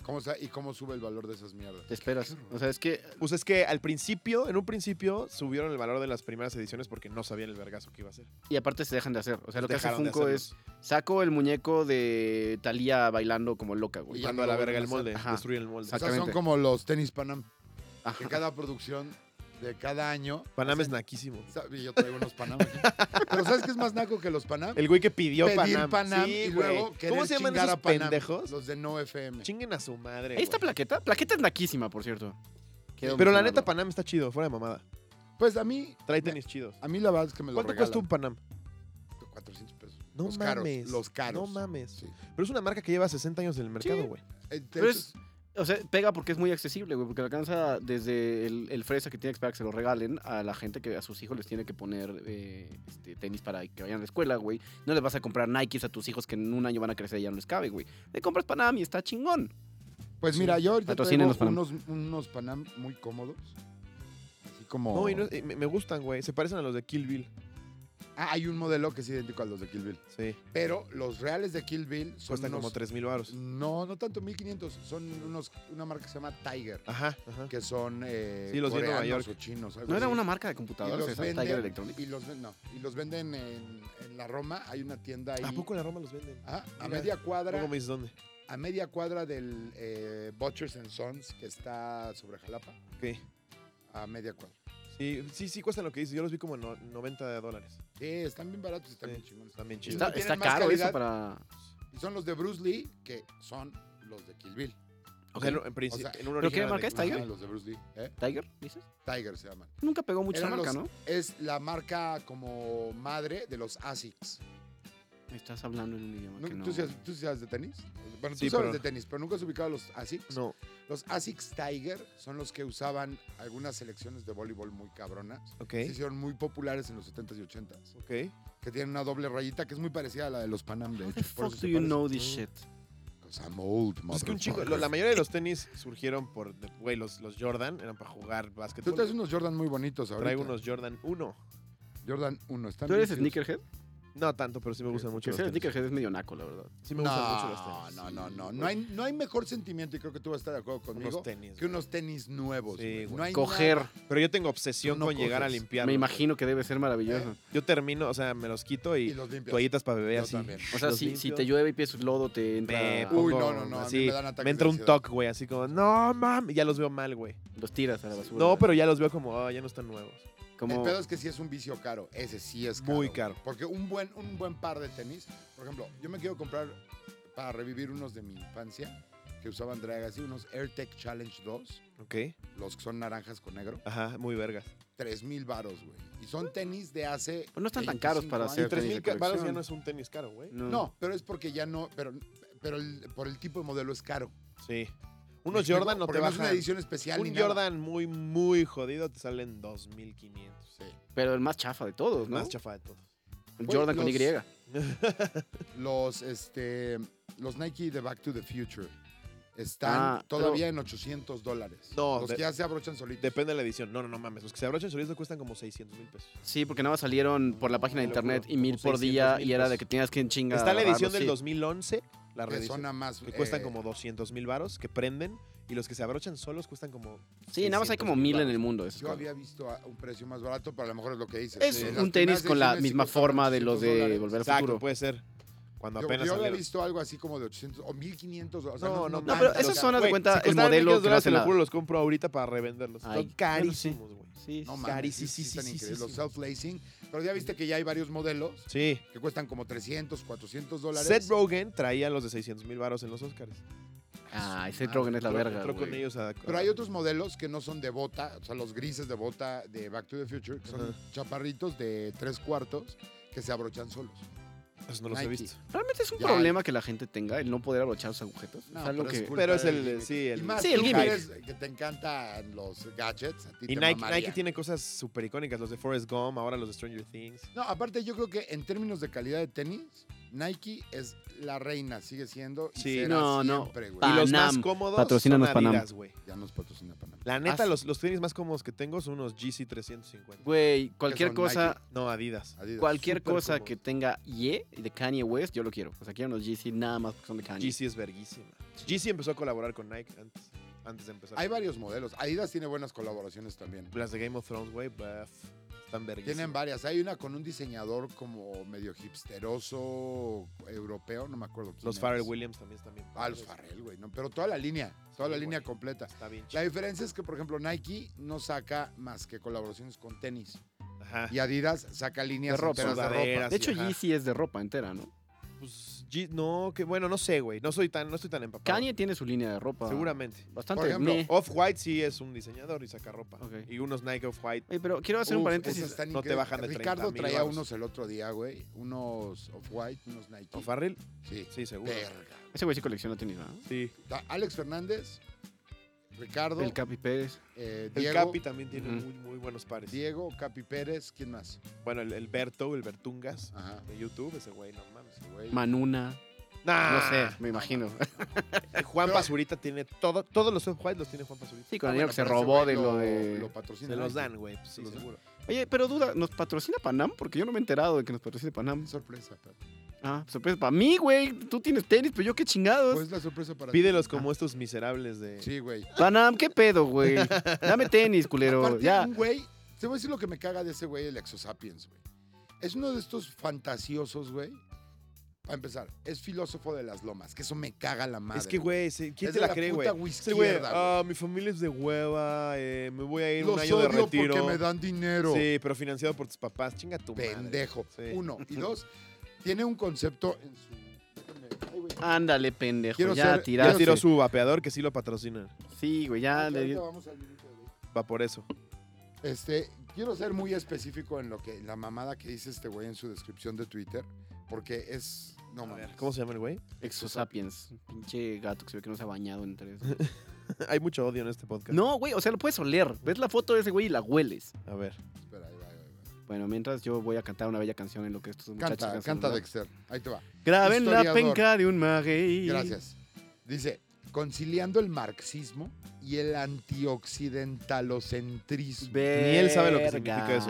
¿Cómo sa- ¿Y cómo sube el valor de esas mierdas?
Te esperas. O sea, es que
Pues es que al principio, en un principio, subieron el valor de las primeras ediciones porque no sabían el vergazo que iba a ser.
Y aparte se dejan de hacer. O sea, lo que hace
Dejaron de
Funko es
hacerlos.
saco el muñeco de Talía bailando como loca,
Y
güey.
ya
Mando
no
a la
lo
verga
vuelven
el
a
molde,
hacer. Ajá.
destruyen el molde.
O sea, son
Exactamente.
como los tenis Panam. Que
Ajá.
cada producción de cada año.
Panam es naquísimo.
Sa- y Yo traigo unos Panam aquí. Pero ¿sabes qué es más naco que los Panam?
El güey que pidió
Pedir
Panam. Sí,
y
güey.
luego querer
¿Cómo se llaman
chingar
esos
a Panam.
pendejos?
Los de No FM.
Chinguen a su madre.
Ahí está
güey.
plaqueta. Plaqueta es naquísima, por cierto. Quiero
Pero la
mencionarlo.
neta, Panam está chido, fuera de mamada.
Pues a mí,
Trae tenis chidos.
a mí la verdad es que me lo
¿Cuánto
regalan.
cuesta un Panam?
400 pesos.
No
los
mames,
caros. Los caros.
No mames.
Sí.
Pero es una marca que lleva 60 años en el mercado,
Sí.
güey.
Eh, de
Pero
hecho,
es- O sea, pega porque es muy accesible, güey. Porque alcanza desde el, el fresa que tiene que esperar que se lo regalen a la gente que a sus hijos les tiene que poner eh, este, tenis para que vayan a la escuela, güey. No les vas a comprar Nikes a tus hijos que en un año van a crecer y ya no les cabe, güey. Le compras Panam y está chingón.
Pues mira, yo ahorita
Patrocinen
traigo
los Panam.
unos, unos Panam muy cómodos. Así como...
No, y no- y me, me gustan, güey. Se parecen a los de Kill Bill.
Ah, hay un modelo que es idéntico a los de Kill Bill.
Sí.
Pero los reales de Kill Bill son
Cuestan
unos...
como 3 mil baros.
No, no tanto, 1500. Son unos, una marca que se llama Tiger,
Ajá, ajá.
que son eh,
Sí, los vi en Nueva
coreanos
York.
o chinos. algo
¿No era
así.
una marca de
y
computadoras
los,
esa,
venden,
Tiger Electronics?
y los ven- no, y los venden en, en la Roma. Hay una tienda ahí.
¿A poco en la Roma los venden?
Ajá, a
Mira,
media cuadra.
Luego me dices dónde.
A media cuadra del eh, Butchers and Sons, que está sobre Jalapa.
Ok.
A media cuadra.
Sí, sí, sí cuestan lo que dices. Yo los vi como en no- 90 dólares.
Sí, están bien baratos y están
Sí,
bien chingones.
Están bien chidos.
Está,
y tienen
está
más
caro
calidad.
eso para...
Y son los de Bruce Lee, que son los de Kill Bill.
O sea, en, en principio-
O sea,
en un
¿pero qué
original
marca
de-
es Tiger?
Ajá, los de Bruce Lee. ¿eh?
¿Tiger, dices?
Tiger se llaman.
Nunca pegó mucho esa
Eran
marca,
los-
¿no?
Es la marca como madre de los ASICs.
Me estás hablando en un idioma
¿Nunca-
que no...
¿Tú, sí has- tú sí sabes de tenis? Bueno,
Sí,
tú sabes
pero-
de tenis, pero nunca has ubicado los ASICs.
No.
Los ASICs Tiger son los que usaban algunas selecciones de voleibol muy cabronas.
Ok.
Se hicieron muy populares en los 70s y 80s.
Ok. Pues
Que tienen una doble rayita que es muy parecida a la de los Panam, de
How
hecho.
the
por eso
fuck do
se
you
parecen.
know this
Mm.
shit?
'Cause I'm old,
Pues es que un chico,
motherfucker.
la mayoría de los tenis surgieron por, de- güey, los, los Jordan eran para jugar
Tú
básquetbol.
traes unos Jordan muy bonitos ahorita.
Traigo unos Jordan 1.
Jordan 1. Están
¿Tú eres
bien chidos.
sneakerhead?
No tanto, pero sí me gustan mucho
Que
los
ser el
tenis.
Nickelhead es medio naco, la verdad.
Sí me gustan mucho los
No,
tenis.
no, no, no. No hay, no hay mejor sentimiento, y creo que tú vas a estar de acuerdo conmigo,
Unos tenis.
que unos tenis nuevos.
Sí,
güey.
güey.
No hay
Coger,
nada-
Pero yo tengo obsesión
Tú no
con llegar a
coges.
limpiar.
me imagino que debe ser
Eh.
maravilloso.
Yo termino, o sea, me los quito y,
Y los limpias.
toallitas para bebé
Yo
así.
también.
O sea,
Los
si, si
limpio.
te llueve y pies lodo, te
Me
entra.
Uy,
pongo
no, no, no, a mí
así.
me dan ataques
entra
de
un
ansiedad.
toque, güey, así como, no, mami. Ya los veo mal, güey.
los tiras a la basura.
No, pero ya los veo como, ah, ya no están nuevos.
Como,
El pedo es que sí es un vicio caro. Ese sí es caro.
Muy
güey.
caro.
Porque un buen, un buen par de tenis, por ejemplo, yo me quiero comprar para revivir unos de mi infancia que usaban drag así, unos AirTech Challenge 2,
¿Ok?
los que son naranjas con negro,
Ajá, muy vergas.
3 mil varos, güey. Y son tenis de hace.
Pues no están tan caros
25
para
años.
hacer
Tres-
tenis. de
3000 ca- varos ya
colección.
no es un tenis caro, güey.
no.
No, pero es porque ya no. Pero, pero el- por el tipo de modelo es caro.
Sí.
¿Me
Unos
explico?
Jordan no
Porque
te
es una
bajan.
edición especial ni
Un
nada.
Jordan muy, muy jodido te salen 2500.
Sí.
Pero el más chafa de todos, ¿no?
Más chafa de todo.
El
Güey,
Jordan con
los-
Y.
Los, este, los Nike de Back to the Future están
Ah, pero-
todavía en 800 dólares.
No,
los
de-
que ya se abrochan solitos.
Depende de la edición. No, no, no mames. Los que se abrochan solitos cuestan como 600 mil pesos.
Sí, porque nada más salieron por la página de
Locura,
internet y
como
mil por
600
día
mil
y era de
pesos.
que tenías que en chinga.
Está la edición
agarrarlo,
del
sí.
2011, la
que
reedición.
suena más.
que cuestan
eh,
como 200 mil varos, que prenden. Y los que se abrochan solos cuestan como.
Sí, nada más hay como mil en el mundo. de esas
Yo
cosas.
había visto a un precio más barato, pero a lo mejor es lo que dices.
Es
Sí, las
un tenis
primeras
con la
ediciones sí
misma
costaban
forma de los
800
de
dólares.
Volver al
Exacto,
Futuro.
puede ser. Cuando
Yo-
apenas
Yo, había
salieron.
visto algo así como de 800 o 1500 dólares. O sea,
No, no,
No, pero
tanto,
esas
o sea,
son, haz de
Güey,
cuenta,
si
el
costaran
modelo
1.500
que no hace
dólares, te lo
nada.
juro, los compro ahorita para revenderlos.
Ay,
Son
bueno, sí.
carísimos, güey.
Sí,
No
sí.
mames, sí,
carísimo,
sí,
sí,
están
sí,
increíbles.
sí,
Los
sí.
self-lacing. Pero ya viste que ya hay varios modelos
Sí.
que cuestan como 300, 400 dólares.
Seth Rogen traía los de 600 mil varos en los Oscars.
Ah, ese Trogan es la
Entró-
verga.
entró con
güey.
ellos a-
Pero hay otros modelos que no son de bota, o sea, los grises de bota de Back to the Future, que son
Ajá.
chaparritos de tres cuartos que se abrochan solos.
Esos Pues no los he
Nike.
visto.
Realmente es un
Ya.
problema que la gente tenga el no poder abrochar sus agujetas.
No,
es algo
pero es
que.
cool.
Pero es
Culpa
el,
del
sí, el,
y más,
Sí,
sí,
el
el
gimmick.
que te encantan los gadgets, a ti
Y
te
Nike,
mamaría.
Nike tiene cosas súper icónicas, los de Forrest Gump, ahora los de Stranger Things.
No, aparte yo creo que en términos de calidad de tenis, Nike es la reina, sigue siendo y
Sí.
será
No, no.
siempre, güey.
Pa-
y los más
Panam,
cómodos
patrocínanos
son
Panam.
Adidas, güey.
Ya nos patrocina Panamá.
La neta,
Ah, sí.
los, los tenis más cómodos que tengo son unos GC 350.
Güey, cualquier
son
cosa,
Nike.
No, Adidas.
Adidas.
cualquier
Súper
cosa
cómodos.
que tenga Ye de Kanye West, yo lo quiero. O sea, quiero unos GC nada más porque son de Kanye.
GC es verguísima. GC empezó a colaborar con Nike antes, antes de empezar.
Hay varios modelos. Adidas tiene buenas colaboraciones también.
Las de Game of Thrones, güey, buff, están verguísimas.
Tienen varias. Hay una con un diseñador como medio hipsteroso europeo, no me acuerdo quién
Los
es.
Pharrell Williams también están bien.
Ah, los
padres.
Farrell, güey. No, pero toda la línea, toda la
Sí,
línea
güey.
completa.
Está bien
La
chido.
diferencia es que, por ejemplo, Nike no saca más que colaboraciones con tenis.
Ajá.
Y Adidas saca líneas
ropa,
enteras de ropa.
sudaderas.
De hecho,
Ajá.
Yeezy es de ropa entera, ¿no?
Pues, G- no, que bueno, no sé, güey. No soy tan, no estoy tan empapado.
Kanye tiene su línea de ropa.
Seguramente.
Bastante.
Por ejemplo,
meh.
Off-White sí es un diseñador y saca ropa.
Ok.
Y unos Nike Off-White.
Oye, pero quiero hacer un
Uf,
Esas
paréntesis.
ese-
están
no te
increíbles.
bajan de
Ricardo
30,000
traía
varos.
unos el otro día, güey. Unos Off-White, unos Nike.
¿O Farrell?
Sí.
Sí, seguro.
Verga.
Ese güey sí colecciona tenis, ¿no?
Sí.
Ta- Alex Fernández, Ricardo,
El Capi Pérez.
eh,
El
Diego,
Capi también tiene
Ujú.
muy, muy buenos pares.
Diego, Capi Pérez, ¿quién más?
Bueno, el, el Berto, el Bertungas
Ajá.
de YouTube, ese güey, no mames.
güey.
Manuna.
Nah.
Ah.
No sé, me imagino.
Juan
Pero-
Pasurita tiene todo, todos los Off-White los tiene Juan Pasurita.
Sí, con
Ah,
el dinero
bueno,
que se
pero ese
robó
güey
de lo de.
Lo patrocina
Se los
Nike.
dan, güey. pues Sí,
Se los dan.
seguro.
Oye, pero duda, ¿nos patrocina Panam? Porque yo no me he enterado de que nos patrocine Panam.
Sorpresa. Pato.
Ah, sorpresa para mí, güey. Tú tienes tenis, pero yo qué chingados.
Pues la sorpresa para ti.
Pídelos como estos miserables de.
Ah. Sí, güey.
Panam, qué pedo, güey. Dame tenis, culero.
Aparte,
ya.
un güey, te voy a decir lo que me caga de ese güey, el Exosapiens, güey. Es uno de estos fantasiosos, güey. Para empezar, es filósofo de las lomas, que eso me caga la madre.
Es que, güey, se- ¿quién
Es
te
de
la,
la
cree,
puta
güey? Es el güey,
izquierda,
ah, mi familia es de hueva, eh, me voy a ir
Los
un año de
odio
retiro.
porque me dan dinero.
Sí, pero financiado por tus papás. Chinga tu madre.
Pendejo.
Sí.
Uno. Y dos, tiene un concepto en su. déjame- ay, güey.
Ándale, pendejo.
Quiero
ya
ser-
Ya
tiraste.
tiró su vapeador que sí lo patrocina.
Sí, güey,
Ah,
ya
Ahorita
le di-
vamos al minuto de-
Va por eso.
Este, quiero ser muy específico en lo que en la mamada que dice este güey en su descripción de Twitter, porque es no
A ver,
mames.
¿Cómo se llama el güey?
Exosapiens. Pinche gato que se ve que no se ha bañado en tres.
Hay mucho odio en este podcast.
no, güey, o sea, lo puedes oler. Ves la foto de ese güey y la hueles.
A ver.
Espera, ahí va, ahí va, ahí va.
Bueno, mientras yo voy a cantar una bella canción en lo que estos muchachos
Canta,
cansan,
canta
¿verdad?
Dexter. Ahí te va.
Graben la
Historiador.
penca de un maguey.
Gracias. Dice, conciliando el marxismo y el antioccidentalocentrismo.
Verga.
Ni él sabe lo que significa eso.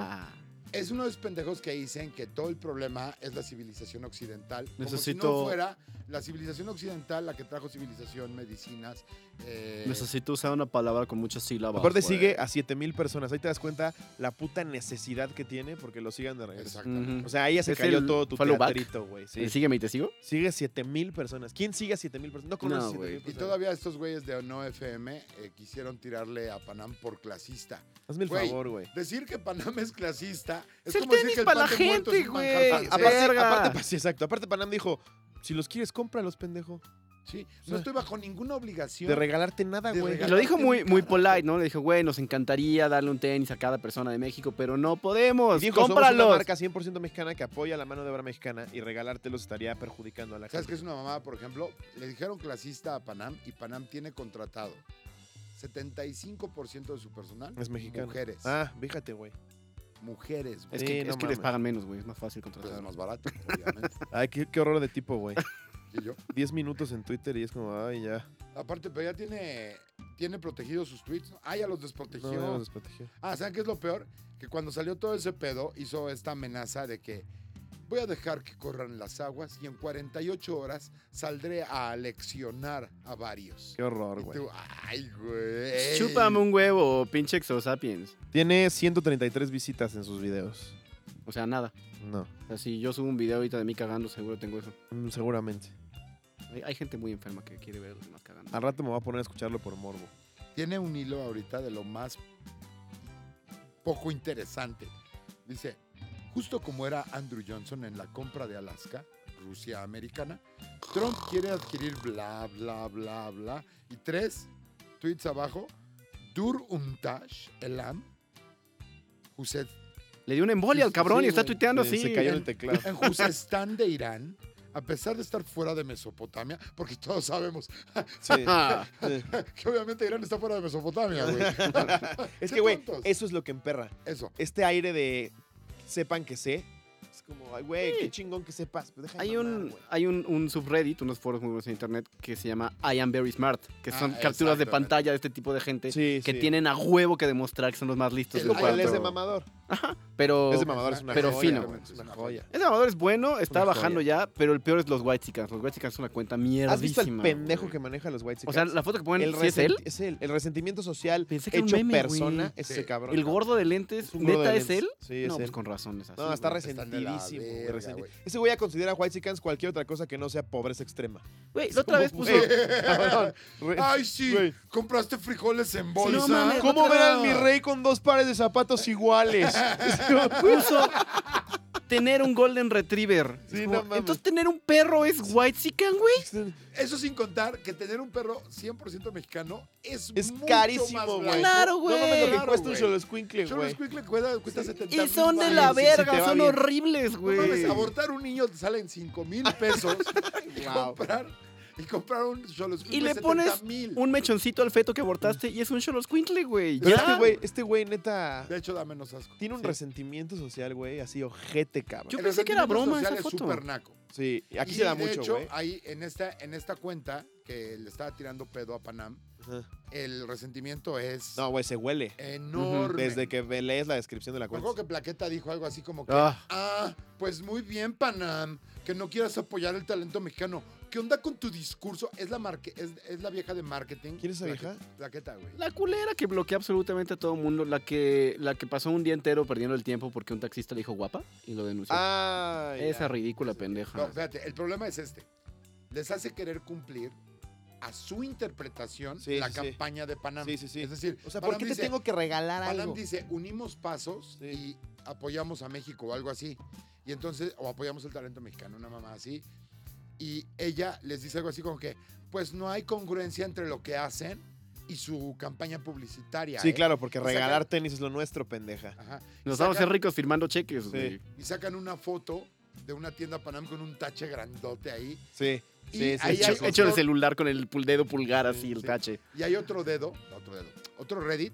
es uno de los pendejos que dicen que todo el problema es la civilización occidental. Como si
Necesito-
no fuera la civilización occidental la que trajo civilización, medicinas. eh,
Necesito usar una palabra con muchas sílabas.
Aparte
güey.
sigue a 7000 personas. Ahí te das cuenta la puta necesidad que tiene porque lo sigan de regreso.
Exactamente.
Ujú.
O sea, ahí ya se
Es
cayó
el
todo tu
follow back.
teatrito, güey. sí.
¿Y Sígueme y te sigo.
Sigue 7000 personas. ¿Quién sigue a 7000 personas? No conoces
No,
a 7000
güey.
personas.
Y todavía estos güeyes de No FM eh, quisieron tirarle a Panam por clasista.
Hazme el
Güey.
favor, güey.
Decir que Panam es clasista es
Es el
como decir
tenis
que el
pa' la
pan de muerto es un
gente,
manjar
güey.
francés.
Aparte,
Verga.
aparte, pa- sí, exacto. Aparte Panam dijo, si los quieres, cómpralos, pendejo.
Sí, no estoy bajo ninguna obligación.
De regalarte nada,
De
güey.
Y lo dijo muy, muy
Carajo.
polite, ¿no? Le dijo, güey, nos encantaría darle un tenis a cada persona de México, pero no
Y
podemos.
dijo, somos una
¡Cómpralos!
marca 100% mexicana que apoya la mano de obra mexicana y regalártelos estaría perjudicando a la
¿Sabes
gente.
qué es una mamada, por ejemplo? Le dijeron clasista a Panam y Panam tiene contratado 75% de su personal.
Es mexicano.
Mujeres.
Ah, fíjate, güey.
Mujeres, güey.
Es
Sí,
que,
no
es que les
mames.
pagan menos, güey. Es más fácil
Pues es
contratar.
más barato, obviamente.
Ay, qué, qué horror de tipo, güey.
Y yo.
10 minutos en Twitter y es como, ay, ya.
Aparte, pero ya tiene, tiene protegidos sus tweets. Ah, ya los desprotegió.
No, ya los desprotegió.
Ah, ¿saben qué es lo peor? Que cuando salió todo ese pedo, hizo esta amenaza de que voy a dejar que corran las aguas y en 48 horas saldré a leccionar a varios.
Qué horror,
Y
güey.
tú, ay, güey.
Chúpame un huevo, pinche exosapiens.
Tiene 133 visitas en sus videos.
O sea, nada.
No,
O sea, si yo subo un video ahorita de mí cagando, seguro tengo eso.
mm, seguramente.
Hay, hay gente muy enferma que quiere ver a los demás cagando.
Al rato me voy a poner a escucharlo por morbo.
Tiene un hilo ahorita de lo más poco interesante. Dice, justo como era Andrew Johnson en la compra de Alaska, Rusia americana, Trump quiere adquirir bla, bla, bla, bla. Y tres tweets abajo, Dur Umtash, Elam, Huset,
Le dio una embolia al cabrón
Sí,
y está
güey.
tuiteando
Eh,
así. Ah,
Se cayó en el teclado.
en Juzestán de Irán, a pesar de estar fuera de Mesopotamia, porque todos sabemos
Sí,
Ah,
sí.
que obviamente Irán está fuera de Mesopotamia, güey.
Es
Qué
que, güey,
tontos.
eso es lo que emperra.
Eso.
Este aire de sepan que sé. Es como, ay, güey,
Sí.
qué chingón que sepas. pues deja de
hay
mamar,
un,
güey.
hay un, un subreddit, unos foros muy buenos en internet, que se llama I am very smart, que
Ah,
son capturas de
exactamente.
pantalla de este tipo de gente
Sí,
que
sí.
tienen a huevo que demostrar que son los más listos
Es
Es
del
como
cual,
él es de
cuarto.
mamador.
Pero
Es de mamador, es una
Oh, pero
joya,
fino.
güey, Es una joya.
Ese mamador es bueno, está
Una
bajando ya, pero el peor es los White Los White es una cuenta mierdísima.
¿Has visto el pendejo
güey.
que maneja los White
O sea, la foto que ponen,
el
¿sí es él?
resenti- es él. El resentimiento social
Pensé que era un
hecho
meme,
persona
güey.
es
Sí.
ese cabrón.
El gordo de lentes,
Es un
¿neta
gordo de
es
lentes.
él?
Sí, es
no,
él.
pues con razón es así.
no, está
güey.
Están de la
resentidísimo. güey,
verga,
resenti-
güey.
Ese güey considera a White cualquier otra cosa que no sea pobreza extrema.
Güey,
Es
la otra vez
como-
puso...
Ey, cabrón, re-
Ay, sí,
Güey.
compraste frijoles en
Sí,
bolsa.
no mames.
¿Cómo
otra-
ver al mi rey con dos pares de zapatos iguales?
puso tener un golden retriever.
Sí,
Es
no mames.
Entonces tener un perro es white güey.
Este,
Eso sin contar que tener un perro 100% mexicano es,
es
mucho más
carísimo, güey.
barato.
Claro,
No mames lo
güey.
que cuesta un
Claro,
solo escuincle,
Solo
güey.
el Squinkle cuesta, cuesta 70
Y son de
mames,
la
si te
verga,
va
son
bien.
horribles,
No mames,
güey.
abortar un niño te salen 5 mil pesos. y
Wow.
comprar y comprar un solo Squinkle
Y le pones un mechoncito al feto que abortaste y es un solo güey.
Pero
Ya.
este güey, este güey, neta,
De hecho, da menos asco.
tiene un
Sí.
resentimiento social, güey, así ojete, cabrón.
Yo pensé que era broma
social
esa
es
foto.
súper naco.
Sí, aquí
Y,
se da
de
mucho,
hecho, ah,
güey.
ahí en esta, en esta cuenta que le estaba tirando pedo a Panam,
Ajá.
el resentimiento es
No, güey, se huele.
enorme.
Desde que ve- lees la descripción de la
Me acuerdo
cuenta.
que Plaqueta dijo algo así como que, ah.
Ah.
pues muy bien, Panam, que no quieras apoyar el talento mexicano. ¿Qué onda con tu discurso? Es la, marque- es, es la vieja de marketing.
¿Quién es esa
Plaqueta-
vieja?
Plaqueta, güey.
La culera que bloquea absolutamente a todo el mundo, la que, la que pasó un día entero perdiendo el tiempo porque un taxista le dijo guapa y lo denunció.
Ah, ya.
Esa ridícula pendeja.
No, fíjate, el problema es este. Les hace querer cumplir a su interpretación
Sí,
la
sí, sí.
campaña de Panam.
Sí, sí, sí.
Es decir,
O sea, ¿por
Panam
qué
dice,
te tengo que regalar
Panam
algo?
dice, unimos pasos
Sí.
y apoyamos a México o algo así. Y entonces, o apoyamos el talento mexicano, una mamá así. Y ella les dice algo así como que, pues no hay congruencia entre lo que hacen y su campaña publicitaria.
Sí,
¿eh?".
claro, porque
O sea,
regalar
que-
tenis es lo nuestro, pendeja.
Ajá.
Nos
saca-
vamos a hacer ricos firmando cheques,
Sí.
güey.
Y sacan una foto de una tienda Panam con un tache grandote ahí.
Sí,
Y
sí, sí.
ahí
sí,
hay
sí.
Hecho, hecho el celular con el pul- dedo pulgar así,
Sí,
el
sí.
tache.
Y hay otro dedo, otro dedo, otro Reddit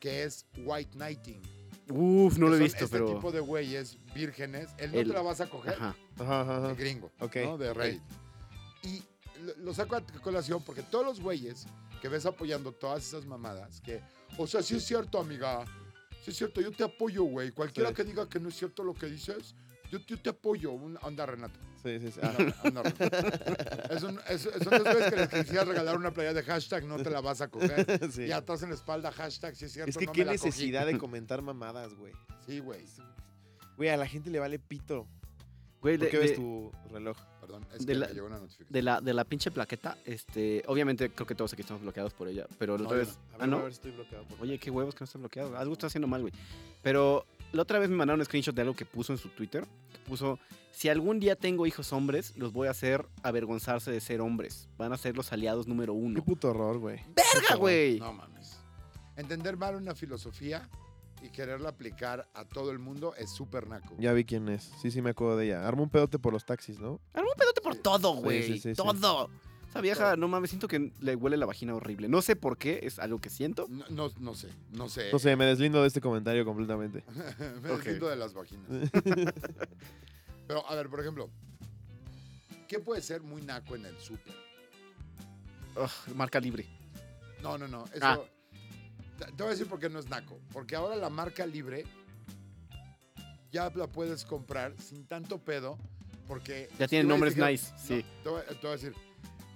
que es White Knighting.
Uf, no
que
lo he
son
visto,
este
pero.
tipo de güeyes vírgenes. Él no
El-
te la vas a coger.
Ajá.
Ajá, ajá,
de
ajá.
gringo,
Ah, Ok.
¿no? De Reddit. Y lo, lo saco a colación porque todos los güeyes que ves apoyando todas esas mamadas, que, o sea, sí es cierto, amiga, Sí, es cierto, yo te apoyo, güey. Cualquiera
Sí.
que diga que no es cierto lo que dices, yo, yo te apoyo. Un- anda, Renata.
Sí, sí, sí. Ah,
Anda, anda, Renata. Es un- es- son dos veces que les quisiera regalar una playa de hashtag, no te la vas a coger.
sí.
Y atrás en la espalda, hashtag, sí es cierto.
Es que
no me
qué
la cogí.
necesidad de comentar mamadas, güey.
Sí, güey.
Güey, a la gente le vale pito.
Güey,
¿Por
de,
qué ves
de-
tu reloj?
Perdón, es
De
que
la-
me llegó una notificación.
de la, de la pinche plaqueta, este, obviamente creo que todos aquí estamos bloqueados por ella, pero la
No,
otra
yo
vez...
A ver,
Ah, no.
a ver si estoy bloqueado. por-
Oye, qué huevos que no está bloqueado. Algo está haciendo mal, güey. Pero la otra vez me mandaron un screenshot de algo que puso en su Twitter. Que puso, si algún día tengo hijos hombres, los voy a hacer avergonzarse de ser hombres. Van a ser los aliados número
Qué
uno.
puto horror, güey.
¡Verga, güey!
No mames. Entender mal una filosofía y quererla aplicar a todo el mundo es súper naco.
Ya vi quién es. Sí, sí, me acuerdo de ella. Armó un pedote por los taxis, ¿no?
Algún pedote por todo,
Sí,
güey.
sí, sí, sí.
todo. Esa vieja, no mames, siento que le huele la vagina horrible. No sé por qué, es algo que siento.
No, no, no sé, no sé.
No sé, me deslindo de este comentario completamente.
Me
Ok.
deslindo de las vaginas. Pero, a ver, por ejemplo, ¿qué puede ser muy naco en el súper?
Ugh, marca libre.
No, no, no. Eso,
Ah.
te, te voy a decir por qué no es naco. Porque ahora la marca libre ya la puedes comprar sin tanto pedo. Porque.
Ya tienen
si
nombres
dijeron-
nice,
no,
sí.
te, voy, te voy a decir.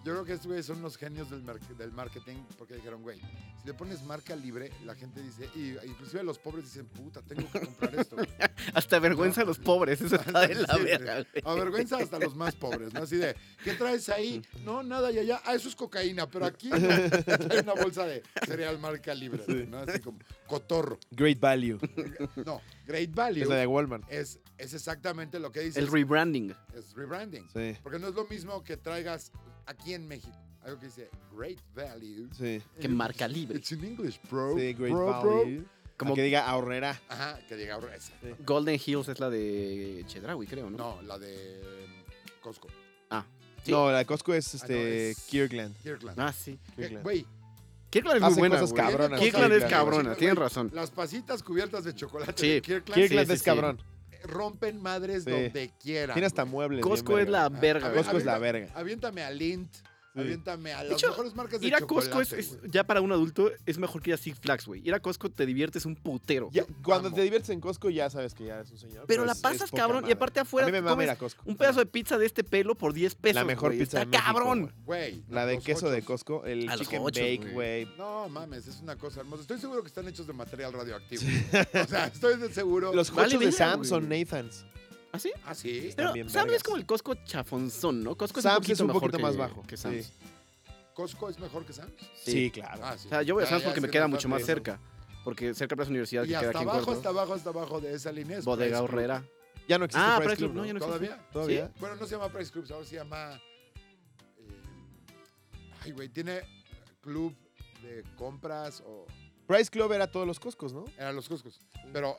Yo creo que estos güeyes son los genios del, mar- del marketing porque dijeron, güey, si le pones marca libre, la gente dice, y inclusive los pobres dicen, puta, tengo que comprar esto. güey".
Hasta vergüenza a los pobres. Eso está de la
Sí,
verga, güey.
Ah,
Avergüenza hasta los más pobres, ¿no? Así de, ¿qué traes ahí? No, nada, y allá. Ah, eso es cocaína, pero aquí no. hay una bolsa de cereal marca libre, ¿no? Así como cotorro.
Great Value.
No, Great Value
Es la de Walmart.
es, es exactamente lo que dice.
El rebranding.
es rebranding.
Sí,
Porque no es lo mismo que traigas aquí en México. Algo que dice Great Value.
sí.
Que marca libre.
It's in English, bro.
Sí, Great
bro, bro.
Value. Como
Como-
que diga ahorrera.
Ajá, que diga ahora esa.
Golden Hills es la de Chedraui, creo, ¿no?
No, la de Costco.
Sí.
No, la de Costco es
Ah, no,
este
es-
Kirkland.
Kirkland.
Ah, sí.
Eh,
Kirkland.
Güey,
Kirkland es
Hacen
muy buena,
cosas
güey.
cabronas.
Kirkland es
Kirkland.
cabrona,
Sí,
tienes
güey.
razón.
las pasitas cubiertas de chocolate
Sí,
de Kirkland
Kirkland
sí,
es
sí.
cabrón.
rompen madres
Sí.
donde quieran.
Tiene hasta
güey.
muebles.
Costco
bien
es la
verga.
verga,
Ah,
güey.
Costco es la verga.
Aviéntame a Lint, aviéntame a las
hecho,
mejores marcas de
Ir a
chocolate.
Costco es, es-
güey.
ya para un adulto es mejor que ir a Six Flags, güey. Ir a Costco te diviertes un putero.
Ya, cuando
amo.
te diviertes en Costco ya sabes que ya eres un señor.
pero la
es- es
pasas
poca
cabrón y
madre.
aparte
a
afuera
mí me mama ir
comes
a Costco.
un pedazo de pizza de este pelo por 10 pesos.
La mejor
güey.
pizza de
Está
México,
cabrón.
güey.
Güey,
La de
los
queso de
hochos.
Costco, el
A los
chicken
hochos,
bake,
güey.
güey.
No mames, es una cosa hermosa. Estoy seguro que están hechos de material radioactivo. O sea, estoy de seguro.
Los
Vale
hochos de
verga,
Sam
güey.
son Nathan's.
¿Ah, sí?
Ah, sí.
Pero
bien
Sam's
vergas.
es como el Costco chafonzón, ¿no? Costco es
Sam's es un
mejor
poquito
que-
más bajo.
que
sí.
Sam's.
Costco es mejor que Sam's.
Sí, claro.
Ah, sí.
O sea, yo voy a
Ya,
Sam's
ya,
porque
sí,
me queda mucho
bastante
más
eso.
cerca. Porque cerca de Plaza Universidad, que
Y
queda
hasta
aquí en
abajo,
Cuervo.
hasta abajo, hasta abajo de esa línea es Price
Bodega
Club.
Horrera.
Ya no existe
Ah,
Price
Price
Club,
Club, no, ya no existe.
¿Todavía?
¿Todavía?
Bueno, no se llama Price Club, ahora se llama. eh, ay, güey, tiene club de compras o.
Price Club era todos los Costcos, ¿no?
Eran los Cuscos. Pero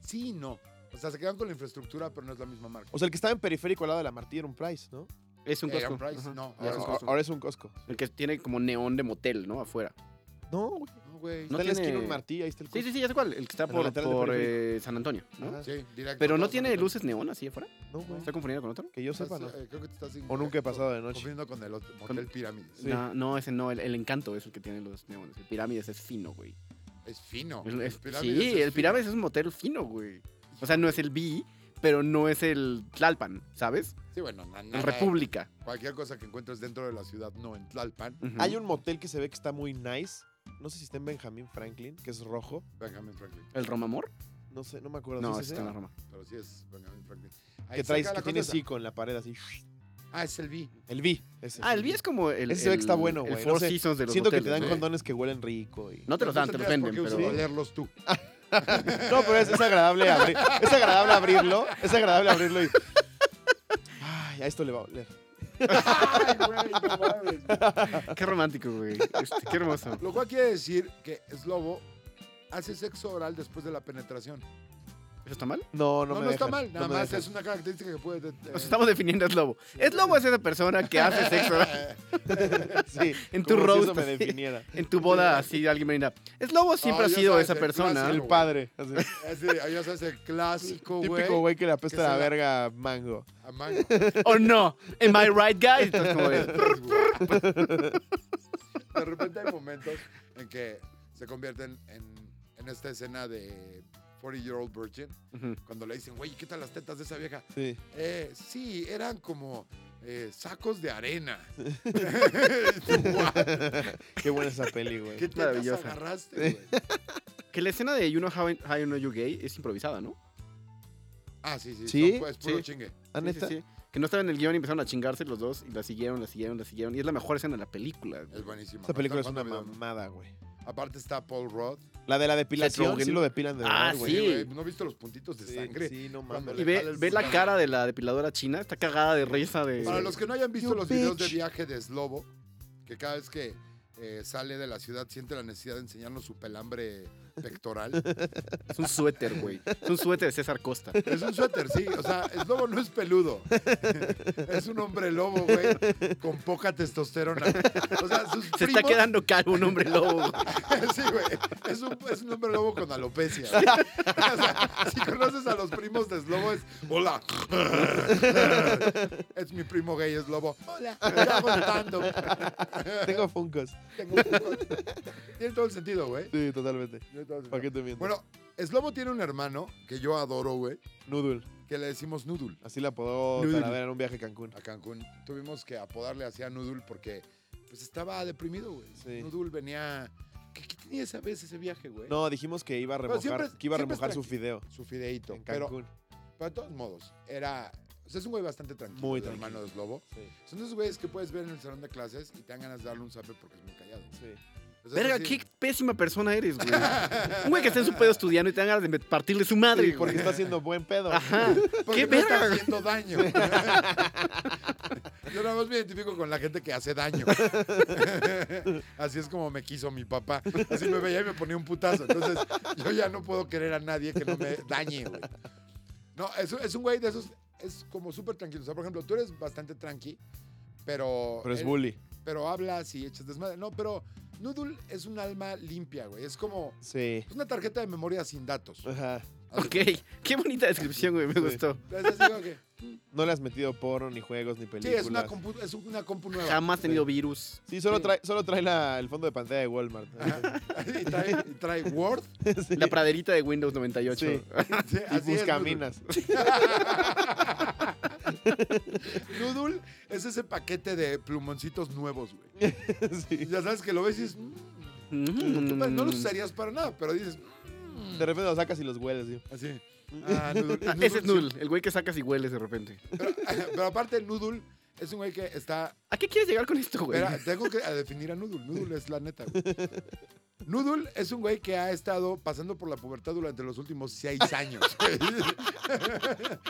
sí y no. O sea, se quedan con la infraestructura, pero no es la misma marca.
O sea, el que estaba en periférico al lado de la Martí era un Price, ¿no?
Es un
Era
Costco.
un Price,
Ajá.
no,
Ahora
Ahora,
es un
ahora-
Costco.
ahora es un Costco.
El que tiene como neón de motel, ¿no? Afuera.
No, güey.
No, güey.
No
está en la
tiene-
esquina un Martí, ahí está el Costco.
Sí, sí, sí, ya sé cuál. El que está
En la
por,
lateral de
por,
periférico.
eh, San Antonio, ¿no?
Ajá.
Sí, directo.
Pero no
Todos
tiene
son-
luces neón así afuera.
No, güey.
¿Está confundido con otro?
Que yo
estás,
sepa, ¿no?
eh, creo que te estás
O nunca he pasado de noche.
Confundiendo con el otro, Motel Pirámides.
Sí.
No, no, ese no. El, el encanto es el que tiene los neones. El pirámides es fino, güey.
Es fino.
El- es-
Pirámides
sí,
es
el
fino.
pirámides es un motel fino, güey. O sea, no es el B, pero no es el Tlalpan, ¿sabes?
Sí, bueno, na-
En
nada,
República.
Cualquier cosa que encuentres dentro de la ciudad, no en Tlalpan.
Ujú.
Hay un motel que se ve que está muy nice. No sé si está en Benjamin Franklin, que es rojo.
Benjamin Franklin.
¿El Romamor?
No sé, no me acuerdo.
No,
¿Sí es
ese está
ese?
en la Roma.
Pero sí es Benjamin Franklin. Ahí
Que
se
traes,
acaba
que
la
tiene
cosa esa.
sí con la pared así.
Ah, es el B.
El V. ese.
Ah, el B es como el.
Ese se ve que
el-
está bueno,
El
güey,
Four
no sé.
Seasons de los
Siento que te
moteles,
dan
¿no?
sí.
condones que huelen rico. Y...
No te los dan, te los venden,
tendrías por qué
pero.
olerlos tú.
No, pero es, es agradable abrir, es agradable abrirlo, es agradable abrirlo y ay, a esto le va a oler.
Ay, güey, no mames.
Qué romántico, güey. Este, qué hermoso.
Lo cual quiere decir que Slobo hace sexo oral después de la penetración.
¿Eso está mal?
No, no,
No, no,
me
está
dejan,
mal, nada
no me
más
dejan.
es una característica que puede... eh,
Nos estamos definiendo a Slobo. Slobo es esa persona que hace sexo
Sí,
en tu
como si eso
roast,
me
sí.
definiera.
en tu boda, así alguien me dirá. Slobo siempre
Ah,
ha
ya
sido
sabes,
esa
el
persona.
clásico.
El padre, así.
ese, ya sabes, el clásico, güey.
típico güey que le apesta
que se
la
la-
verga a mango.
A mango.
¿O no? ¿Am I right, guys? Entonces, como de,
De repente hay momentos en que se convierten en, en en esta escena de 40 Year Old Virgin,
Ujú.
cuando le dicen, güey, ¿qué tal las tetas de esa vieja?
Sí.
Eh, sí, eran como eh, sacos de arena. Guau,
Qué buena esa peli, güey.
¿Qué tetas
Maravillosa.
agarraste, güey?
Que la escena de You Know How I, How I Know You Gay es improvisada, ¿no?
Ah, sí, sí.
Sí,
son, pues, puro
sí.
chingue.
Ah,
Sí, sí,
neta.
sí. Que no estaba en el guión y empezaron a chingarse los dos y la siguieron, la siguieron, la siguieron. Y es la mejor escena de la película. güey.
Es buenísima.
Esa película es
Aparte,
una
¿cuánto me dio?
mamada, güey.
Aparte está Paul Rudd.
La de la depilación,
Seth
sí lo depilan de verdad,
Ah,
güey.
Sí.
güey, ¿No viste los puntitos de sangre?
Sí, no
Cuando
Y
mames.
le
ve,
jala el
ve la
putazo.
cara de la depiladora china, está cagada de risa de...
Para los que no hayan visto
You
los videos de
bitch.
viaje de Slobo, que cada vez que eh, sale de la ciudad siente la necesidad de enseñarnos su pelambre pectoral.
Es un suéter, güey. Es un suéter de César Costa.
Es un suéter, sí. O sea, Slobo no es peludo. Es un hombre lobo, güey, con poca testosterona. O sea, sus
Se
primos...
está quedando calvo un hombre lobo. güey.
Sí, güey. Es un, es un hombre lobo con alopecia. güey. O sea, si conoces a los primos de Slobo, es hola. Es mi primo gay, es Lobo. Hola, ya aguantando.
Tengo funcos.
Tengo un poco- Tiene todo el sentido, güey.
Sí, totalmente.
Tiene todo el
¿Para
sentido.
qué te miento?
Bueno, Slobo tiene un hermano que yo adoro, güey,
Noodle.
que le decimos Noodle.
Así la apodó
Noodle.
Talavera en un viaje a Cancún.
A Cancún tuvimos que apodarle así a Noodle porque pues estaba deprimido, güey.
Sí.
Noodle venía... ¿Qué, qué tenía esa vez ese viaje, güey?
No, dijimos que iba a
Pero
remojar,
siempre-
que iba a
siempre es
remojar su fideo
Su fideíto.
en
Pero,
Cancún.
pero de todos modos, era... o sea, es un güey bastante tranquilo,
Muy
el
tranquilo.
hermano de Slobo.
Sí,
Son esos güeyes que puedes ver en el salón de clases y te dan ganas de darle un zape porque es muy callado.
sí.
O sea, es
Verga,
decir-
qué pésima persona eres, güey. Un güey que está en su pedo estudiando y te dan ganas de partirle su madre,
Sí,
güey.
porque está haciendo buen pedo.
Ajá. ¡Qué
Porque no está
verga!
haciendo daño. Yo nada más me identifico con la gente que hace daño. Así es como me quiso mi papá. Así me veía y me ponía un putazo. Entonces, yo ya no puedo querer a nadie que no me dañe, güey. No, es, es un güey de esos, es como súper tranquilo. O sea, por ejemplo, tú eres bastante tranqui, pero...
Pero es
él-
bully.
Pero hablas y echas desmadre. No, pero Noodle es un alma limpia, güey. Es como...
Sí.
Es una tarjeta de memoria sin datos.
Ajá.
Así-
Ok, qué bonita descripción, güey, me
Sí.
gustó.
Es así como que-
No le has metido porno, ni juegos, ni
Sí,
películas.
es una compu, es una compu nueva.
Jamás tenido virus.
Sí, solo
Sí.
trae, solo trae la- el fondo de pantalla de Walmart.
Ajá. Y trae, y trae Word.
Sí.
La praderita de Windows 98.
Sí.
Sí,
Y
así es,
buscaminas.
Noodle. Noodle es ese paquete de plumoncitos nuevos, güey. Y
Sí.
Ya sabes que lo ves y dices, "Mm,
Mm.
no los usarías para nada, pero dices, "Mm".
De repente los sacas y los hueles. sí.
así. Ah, Noodle.
Ah, Ese es
sí.
Null, el güey que sacas y hueles de repente.
Pero, pero aparte, Noodle es un güey que está.
¿A qué quieres llegar con esto, güey?
Espera, tengo que definir a Noodle. Noodle es la neta, güey. Noodle es un güey que ha estado pasando por la pubertad durante los últimos seis años. güey.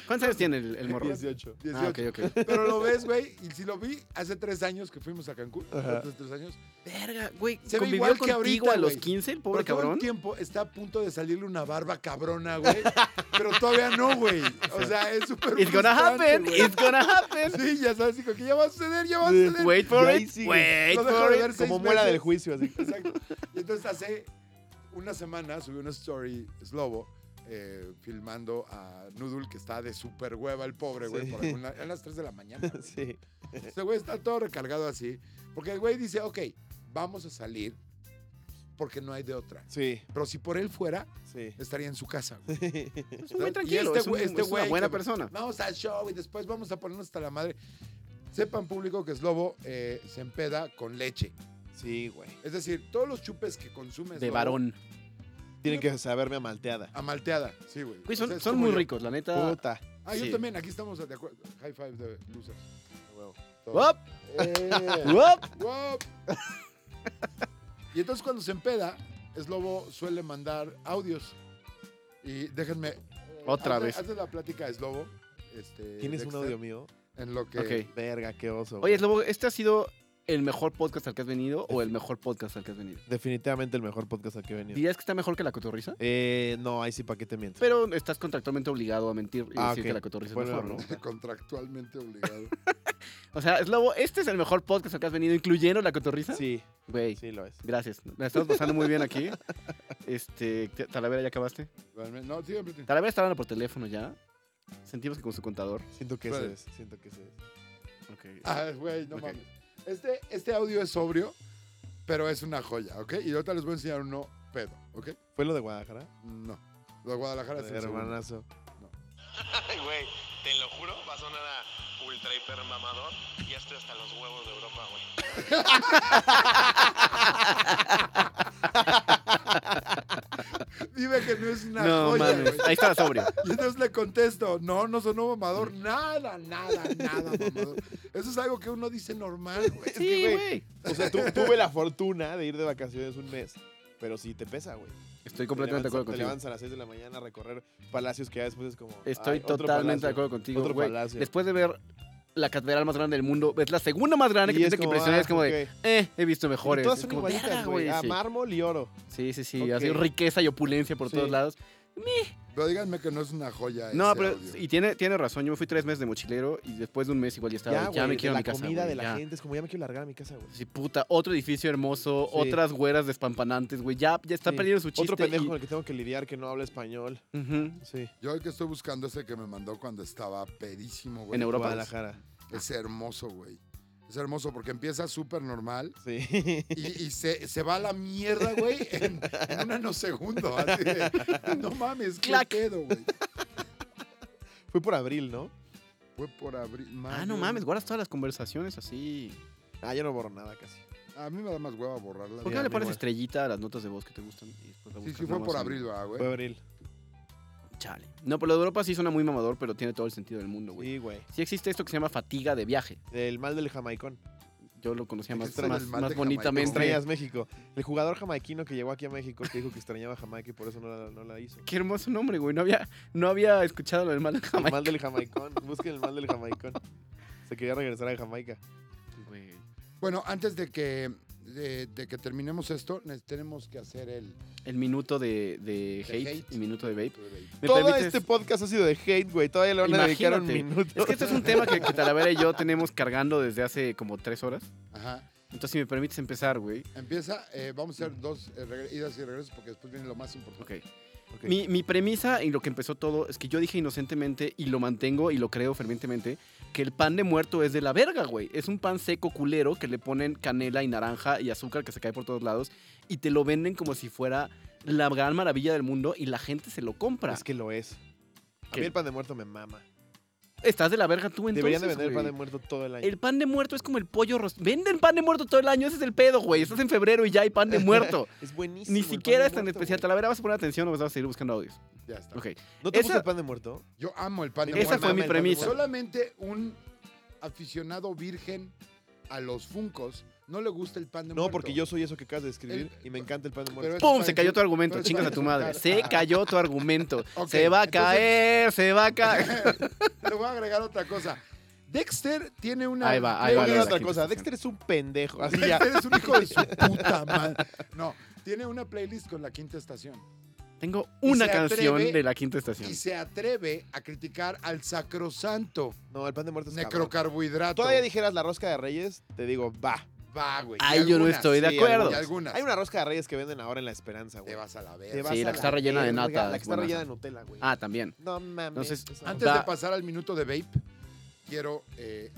¿Cuántos años tiene el, el morro?
18.
Ah, ok, ok.
Pero lo ves, güey, y si lo vi hace tres años que fuimos a Cancún,
Ajá.
hace tres años,
Verga, güey.
Se ve
convivió
igual que
contigo
ahorita,
a los
güey.
15, el
por
pobre
todo
cabrón.
el tiempo está a punto de salirle una barba cabrona, güey, pero todavía no, güey. O sea, es súper
It's gonna
frustrante,
happen,
güey.
it's gonna happen.
Sí, ya sabes, hijo, que ya va a suceder, ya va a
Sí.
suceder.
Wait for
Y ahí
it,
sigue.
wait
No dejo
for
de
it.
ver.
Como
seis
muela
meses.
del juicio, así.
Exacto. Y entonces hace una semana subí una story Slobo eh, filmando a Noodle, que está de súper hueva el pobre, güey,
Sí.
por alguna- a las 3 de la mañana. güey.
Sí.
Este güey está todo recargado así. Porque el güey dice, ok, vamos a salir porque no hay de otra.
Sí.
Pero si por él fuera,
Sí.
estaría en su casa. güey.
Es un güey
Y
tranquilo,
este
es, un-
güey- este
es una
güey
buena
que-
persona.
Vamos al show y después vamos a ponernos hasta la madre. Sepan público que Slobo eh, se empeda con leche.
Sí, güey.
Es decir, todos los chupes que consumes
De varón.
Tienen que saberme amalteada.
Amalteada, sí, güey.
Güey,
O sea,
son,
es
son
como
muy
yo.
ricos, la neta.
Puta.
Ah, yo
Sí.
también, aquí estamos de acuerdo. High five de losers. Todos.
Up,
Eh.
up.
Guau. y entonces cuando se empeda, Slobo suele mandar audios. Y déjenme... eh,
Otra
hazle-
vez.
hazle la plática a Slobo. Este,
¿Tienes un
Dexter,
audio mío?
En lo que...
Ok.
Verga, qué oso. güey.
Oye, Slobo, ¿este ha sido el mejor podcast al que has venido o el mejor podcast al que has venido?
Definitivamente el mejor podcast al que he venido.
¿Dirías que está mejor que la cotorriza?
Eh, no, ahí sí, ¿para qué te miento?
Pero estás contractualmente obligado a mentir y
Ah,
decir
ok.
que la cotorriza es
Bueno,
mejor,
no.
¿no?
Contractualmente obligado.
O sea, Slobo, ¿este es el mejor podcast al que has venido, incluyendo la cotorriza?
Sí,
Güey,
sí lo es.
gracias. La estamos pasando muy bien aquí. Este, ¿Te- Talavera, ¿ya acabaste?
Realmente- no, siempre.
Talavera está hablando por teléfono ya. Sentimos que con su contador.
Siento que ese
Vale.
es. Siento que ese es.
Ah, güey, no
Ok.
mames. Este, este audio es sobrio, pero es una joya, ¿ok? Y ahorita les voy a enseñar uno pedo, ¿ok?
¿Fue lo de Guadalajara?
No. Lo de Guadalajara es el segundo.
hermanazo.
Ay, güey, te lo juro, va a sonar a ultra hiper mamador. Ya estoy hasta los huevos de Europa, güey.
Dime que no es una
No
joya,
mames,
Ah, güey.
ahí está sobrio.
Y entonces le contesto, no, no sonó mamador, nada, nada, nada, mamador. Eso es algo que uno dice normal, güey.
que,
Sí,
güey,
güey.
O sea, tu- tuve la fortuna de ir de vacaciones un mes, pero sí te pesa, güey.
Estoy
Te
completamente de
levantas-
acuerdo
Te
contigo.
levantas a las 6 de la mañana a recorrer palacios que ya después es como.
Estoy
ay, otro
totalmente de
palacio.
acuerdo contigo,
Otro
güey.
palacio.
Después de ver la catedral más grande del mundo, ves la segunda más grande que
Y
te que impresionar,
ah,
es como de,
ok.
eh, he visto
Y
mejores.
Todas
Es
son
como,
igualitas,
"Verga,
güey. A
Sí.
mármol y oro.
sí, sí, sí,
Ok.
así riqueza y opulencia por
Sí.
todos lados.
Pero díganme que no es una joya
No,
ese
pero
audio.
y tiene, tiene razón. Yo me fui tres meses de mochilero y después de un mes igual ya estaba.
ya,
Ya,
güey.
me
de
quiero a
la
mi casa.
comida
güey,
de la
ya.
gente es como ya me quiero largar a mi casa, güey.
Sí, puta, otro edificio hermoso,
Sí.
otras güeras despampanantes, güey. Ya, ya está
Sí.
perdiendo su chiste.
Otro pendejo
y-
con el que tengo que lidiar que no habla español.
Ujú.
Sí.
Yo el que estoy buscando es el que me mandó cuando estaba pedísimo, güey.
En Europa.
Guadalajara.
Es hermoso, güey. Es hermoso porque empieza súper normal
Sí.
y, y se, se va a la mierda, güey, en, en un nanosegundo. Así de, no mames, qué
Clac.
pedo, güey.
Fue por abril, ¿no?
Fue por abril.
Ah,
madre,
no
güey.
mames, guardas todas las conversaciones así.
Ah, yo no borro nada casi.
A mí me da más hueva borrarla.
¿Por
Sí,
qué no
a
le
mí
pones
igual.
estrellita a las notas de voz que te gustan? Y después la
Sí,
buscas?
sí, fue
No,
por
sí.
abril, ¿verdad,
Fue
güey.
abril.
Chale. No, pero lo de Europa sí suena muy mamador, pero tiene todo el sentido del mundo, güey.
Sí, güey.
Sí existe esto que se llama fatiga de viaje.
El mal del jamaicón.
Yo lo conocía
¿De qué
más,
extrañas
más,
el mal
más
de Jamaica?
bonitamente.
Extrañas México. El jugador jamaiquino que llegó aquí a México que dijo que extrañaba Jamaica y por eso no la, no la hizo.
Qué hermoso nombre, güey. No había, no había escuchado lo del mal de
El
Jamaica.
mal del jamaicón. Busquen el mal del jamaicón. Se quería regresar a Jamaica.
Güey.
Bueno, antes de que, de, de que terminemos esto, ne- tenemos que hacer el...
El minuto de, de
De
hate,
hate.
y minuto de vape. ¿Me
Todo
permites?
este podcast ha sido de hate, güey. Todavía le van a dedicar un
Imagínate.
minuto.
Es que este es un tema que, que Talavera y yo tenemos cargando desde hace como tres horas.
Ajá.
Entonces, si me permites empezar, güey.
Empieza, eh, vamos a hacer dos eh, regre- idas y regresos porque después viene lo más importante.
Ok.
Ok.
Mi, mi premisa y lo que empezó todo es que yo dije inocentemente y lo mantengo y lo creo fervientemente que el pan de muerto es de la verga, güey. Es un pan seco culero que le ponen canela y naranja y azúcar que se cae por todos lados y te lo venden como si fuera la gran maravilla del mundo y la gente se lo compra.
Es que lo es. A
¿Qué?
mí el pan de muerto me mama.
Estás de la verga tú entonces,
Deberían de vender el
güey.
pan de muerto todo el año.
El pan de muerto es como el pollo rostizado. Venden pan de muerto todo el año, ese es el pedo, güey. Estás en febrero y ya hay pan de muerto.
Es buenísimo.
Ni
el pan
siquiera
de
es tan
muerto,
especial.
güey.
Talavera, ¿vas a poner atención o vas a seguir buscando audios?
Ya está.
Ok.
¿No te
Esa-
gusta el pan de muerto?
Yo amo el pan de
Esa
muerto.
fue mi
el pan de
premisa.
muerto.
Solamente un aficionado virgen a los funcos no le gusta el pan de muerto.
No, porque yo soy eso que acabas de describir
El-
y me encanta el pan de
Pero
muerto.
es-
¡Pum!
para
Se cayó
insultar-
tu argumento.
pero es
Chingas
para
a tu madre.
insultar.
Se cayó tu argumento.
pues, Ok,
se va a
entonces-
caer, se va a caer.
Le voy a agregar otra cosa. Dexter tiene una...
Ahí va, ahí
Pero
va.
mira
la
otra cosa.
clasificación.
Dexter es un pendejo. Así ya.
Dexter es un hijo de su puta madre. No, tiene una playlist con la quinta estación.
Tengo
Y
una
se
canción
atreve-
de la quinta estación.
Y se atreve a criticar al sacrosanto
No, el pan de muerto es cabrón.
necrocarbohidrato.
Todavía dijeras la rosca de reyes, te digo, va.
Va, güey.
Ahí
y
yo no
algunas,
estoy de
sí,
acuerdo.
Y algunas.
Hay una rosca de reyes que venden ahora en La Esperanza, güey.
Te vas a la
Te
verga.
vas
Sí,
a
la que está rellena de
verga,
nata,
La
es
que está
buena.
rellena de Nutella, güey.
Ah, también.
No mames.
Entonces,
esa-
Antes de
Da-
pasar al minuto de vape, quiero eh,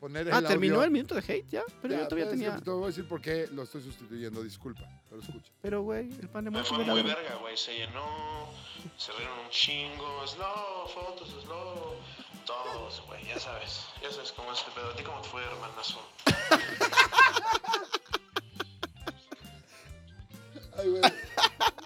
poner
Ah,
el
terminó
audio.
el minuto de hate ya. Pero
Ya, pues,
yo todavía
es que
tenía.
Te voy a decir por qué lo estoy sustituyendo, disculpa, pero escucha.
Pero, güey, el pan de
Me
muerto
fue
es de la
muy
verga.
verga, Ah, güey. Se llenó, se rieron un chingo. Slow, fotos, slow. Todos, güey, ya sabes. Ya sabes cómo es este pedo. ¿A ti cómo te fue, hermanazo?
Ay, güey.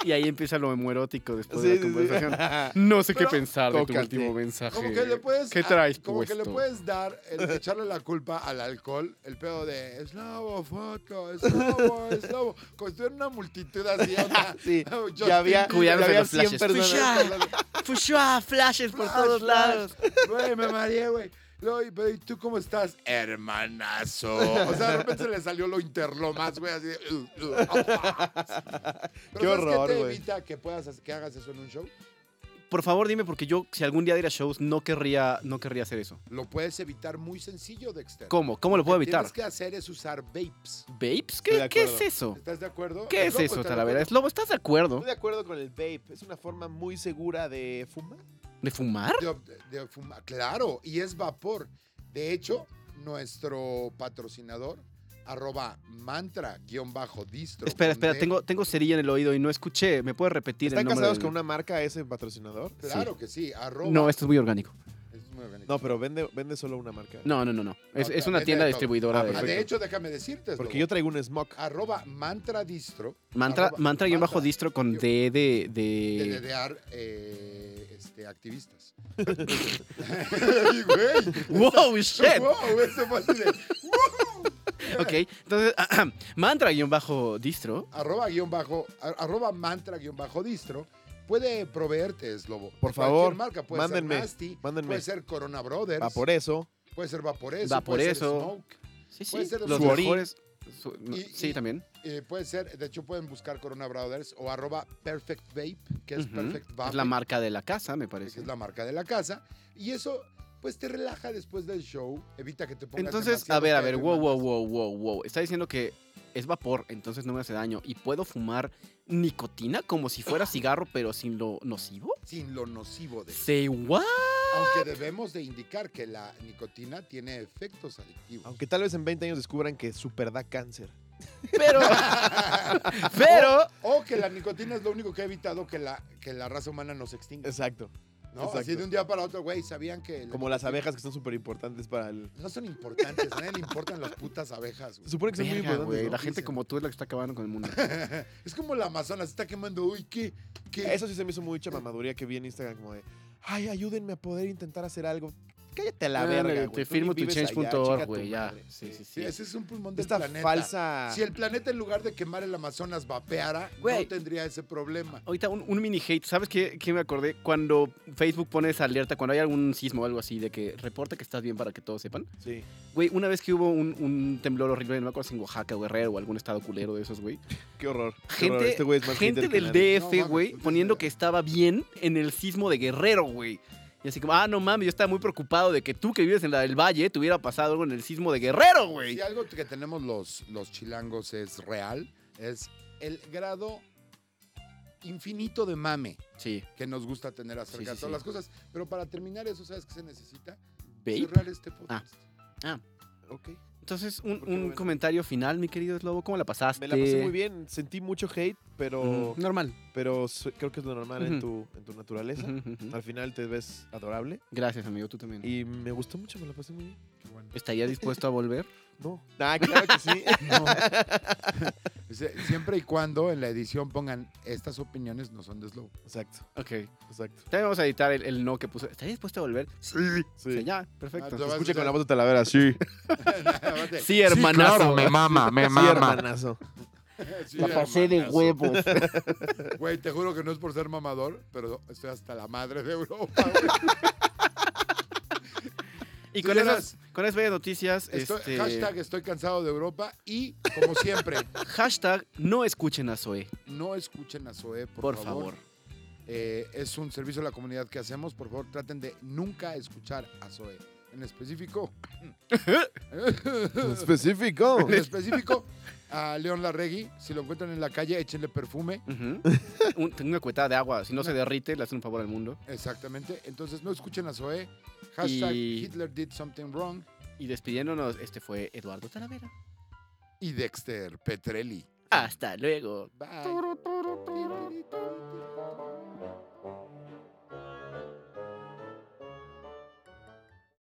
Y ahí empieza lo homoerótico después de
Sí,
la
sí, sí.
conversación. No sé
Pero-
qué pensar de tu
Tócate.
último mensaje.
Como que le puedes,
¿Qué traes
como
puesto?
que le puedes dar, el- echarle la culpa al alcohol, el pedo de slobo, foco, slobo, slobo. Como si estuviera una multitud así, onda,
Sí,
Justin
ya había, ya
Cuidándose
había
los
100
flashes.
personas.
Fushua, Pues, flashes por
Flash,
todos
flash.
lados.
Güey, me mareé, güey. Luego, y- pero, ¿y tú cómo estás? Hermanazo. O sea, de repente se le salió lo interlomas, güey, así. de, "Ugh, ugh, ah". Pero
Qué
¿sabes
horror,
¿Qué te
güey.
evita que puedas hacer- que hagas eso en un show?
Por favor, dime, porque yo, si algún día de ir a shows, no querría, no querría hacer eso.
Lo puedes evitar muy sencillo, Dexter.
¿Cómo? ¿Cómo lo puedo
Lo que
evitar?
tienes que hacer es usar vapes.
¿Vapes?
Estoy de
¿Qué, qué es
acuerdo.
eso?
¿Estás de acuerdo?
¿Qué es
Loco,
eso,
¿estás de
Talavera?
acuerdo?
¿Es lobo? ¿Estás de acuerdo?
Estoy de acuerdo con el vape. Es una forma muy segura de fumar.
¿De fumar?
De, ob- de fuma- Claro, y es vapor. De hecho, nuestro patrocinador arroba mantra-distro.
Espera, espera,
donde-
tengo, tengo cerilla en el oído y no escuché. ¿Me puedes repetir el
¿Están
nombre?
casados
del-
con una marca ese patrocinador?
Claro que sí, arroba.
No, esto es muy orgánico.
Es muy orgánico.
No, pero vende, vende solo una marca.
No, no, no, no. Es,
No,
es
no,
una
vende
tienda
de todo.
distribuidora
Ah,
de,
Ah, de
perfecto.
hecho, déjame decirte.
Porque yo
Slobo.
traigo un smock.
Arroba mantra-distro.
mantra,
arroba-
mantra guión bajo distro con D de,
de
de-
DDR eh, este, activistas. Ay, güey.
Wow, shit.
Wow, eso fue así de,
Ok, entonces, mantra guión bajo distro.
arroba guión bajo, ar- arroba mantra guión bajo distro. Puede proveerte, Slobo. de
Por
cualquier
favor,
marca. Puede
mándenme,
ser Nasty,
mándenme.
puede ser Corona Brothers,
Ah, por eso.
e-
puede ser Vaporeso, puede ser
Vaporeso.
Smoke,
Sí, sí.
Puede ser
Los
Suori.
mejores. su- no,
Y-
sí,
y-
también.
eh, puede ser, de hecho pueden buscar Corona Brothers o arroba Perfect Vape, que es
Ujú.
Perfect Vape.
Es la marca de la casa, me
que
parece.
es la marca de la casa. Y eso, pues te relaja después del show, evita que te pongas
Entonces, a
demasiado
ver, a ver,
pedo y
wow, wow,
mandas-
wow, wow, wow. Está diciendo que es vapor, entonces no me hace daño. ¿Y puedo fumar nicotina como si fuera cigarro, pero sin lo nocivo?
Sin lo nocivo de.
Say what?
Aunque debemos de indicar que la nicotina tiene efectos adictivos.
Aunque tal vez en 20 años descubran que super da cáncer.
Pero, pero,
O que la nicotina es lo único que ha evitado que la, que la raza humana nos extinga.
Exacto.
¿no?
exacto.
Así de un día para otro, güey, sabían que. la-
Como las abejas que son súper importantes para el...
No son importantes, a nadie le importan las putas abejas.
Se
güey.
supone que son muy
verga,
importantes,
güey,
¿no?
la gente como tú es la que está acabando con el mundo.
Es como la Amazonas, está quemando, uy, ¿qué? ¿Qué?
Eso sí se me hizo mucha mamaduría que vi en Instagram como de... Ay, ayúdenme a poder intentar hacer algo. Cállate a la
Ándale,
verga, güey.
Te
Tú ni
firmo tu
vives allá,
change.org,
chica tu
güey, ya.
madre.
Sí, sí, sí.
Sí, ese es un pulmón del
Esta
planeta.
falsa...
Si el planeta en lugar de quemar el Amazonas vapeara,
Güey.
no tendría ese problema.
Ahorita un, un mini hate, ¿sabes qué, qué me acordé? Cuando Facebook pone esa alerta, cuando hay algún sismo o algo así, de que reporta que estás bien para que todos sepan.
Sí.
Güey, una vez que hubo un, un temblor horrible, no me acuerdo si en Oaxaca o Guerrero o algún estado culero de esos, güey.
Qué horror. qué horror.
Gente,
Este güey es más
gente
hater que
del
nadie.
No
DF,
mames,
güey,
puta
poniendo
idea.
que estaba bien en el sismo de Guerrero, güey. Y así como, ah, no mames, yo estaba muy preocupado de que tú que vives en la del Valle te hubiera pasado algo en el sismo de Guerrero, güey.
Si algo que tenemos los, los chilangos es real, es el grado infinito de mame
Sí,
que nos gusta tener acerca
Sí, sí,
de todas
sí.
las cosas. Pero para terminar eso, ¿sabes qué se necesita?
babe.
Cerrar este podcast.
Ok.
Entonces, un,
¿Por qué
un
no ven?
comentario final, mi querido Slobo, ¿cómo la pasaste?
Me la pasé muy bien. Sentí mucho hate, pero...
Este Ujú, Normal.
Pero so- creo que es lo normal en,
Ujú.
tu, en tu naturaleza.
Ujú, ujú, ujú.
Al final te ves adorable.
Gracias, amigo, tú también.
Y me gustó mucho, me la pasé muy bien.
¿Estaría dispuesto a volver?
No. Ah, claro que sí.
No. Dice, eh, Siempre y cuando en la edición pongan estas opiniones no son de Slow.
Exacto,
Ok.
exacto.
También vamos a editar el, el no que puso. ¿Estaría dispuesto a volver? Sí.
Sí.
ya, perfecto.
Ah, te vas-
Escuche con la voz de Talavera, sí.
Sí, hermanazo.
mama, me
Sí, hermanazo.
Sí,
La pasé de
hermanazo.
huevos.
Güey, te juro que no es por ser mamador, pero estoy hasta la madre de Europa. güey.
Y
Tú
con
ya
esas, con esas bellas noticias,
Estoy-
este,
Hashtag estoy cansado de Europa y, como siempre,
hashtag no escuchen a Zoe,
no escuchen a Zoe, por,
por, favor.
favor. Eh, es un servicio a la comunidad que hacemos. Por favor, traten de nunca escuchar a Zoe. En específico.
Específico.
en específico, a León Larregui. Si lo encuentran en la calle, échenle perfume.
Ujú. Un- tengo una cuetada de agua, si no se derrite, le hacen un favor al mundo.
Exactamente. Entonces, no escuchen a Zoe. Hashtag
Y-
Hitler did something wrong.
Y despidiéndonos, este fue Eduardo Talavera.
Y Dexter Petrelli.
Hasta luego.
Bye.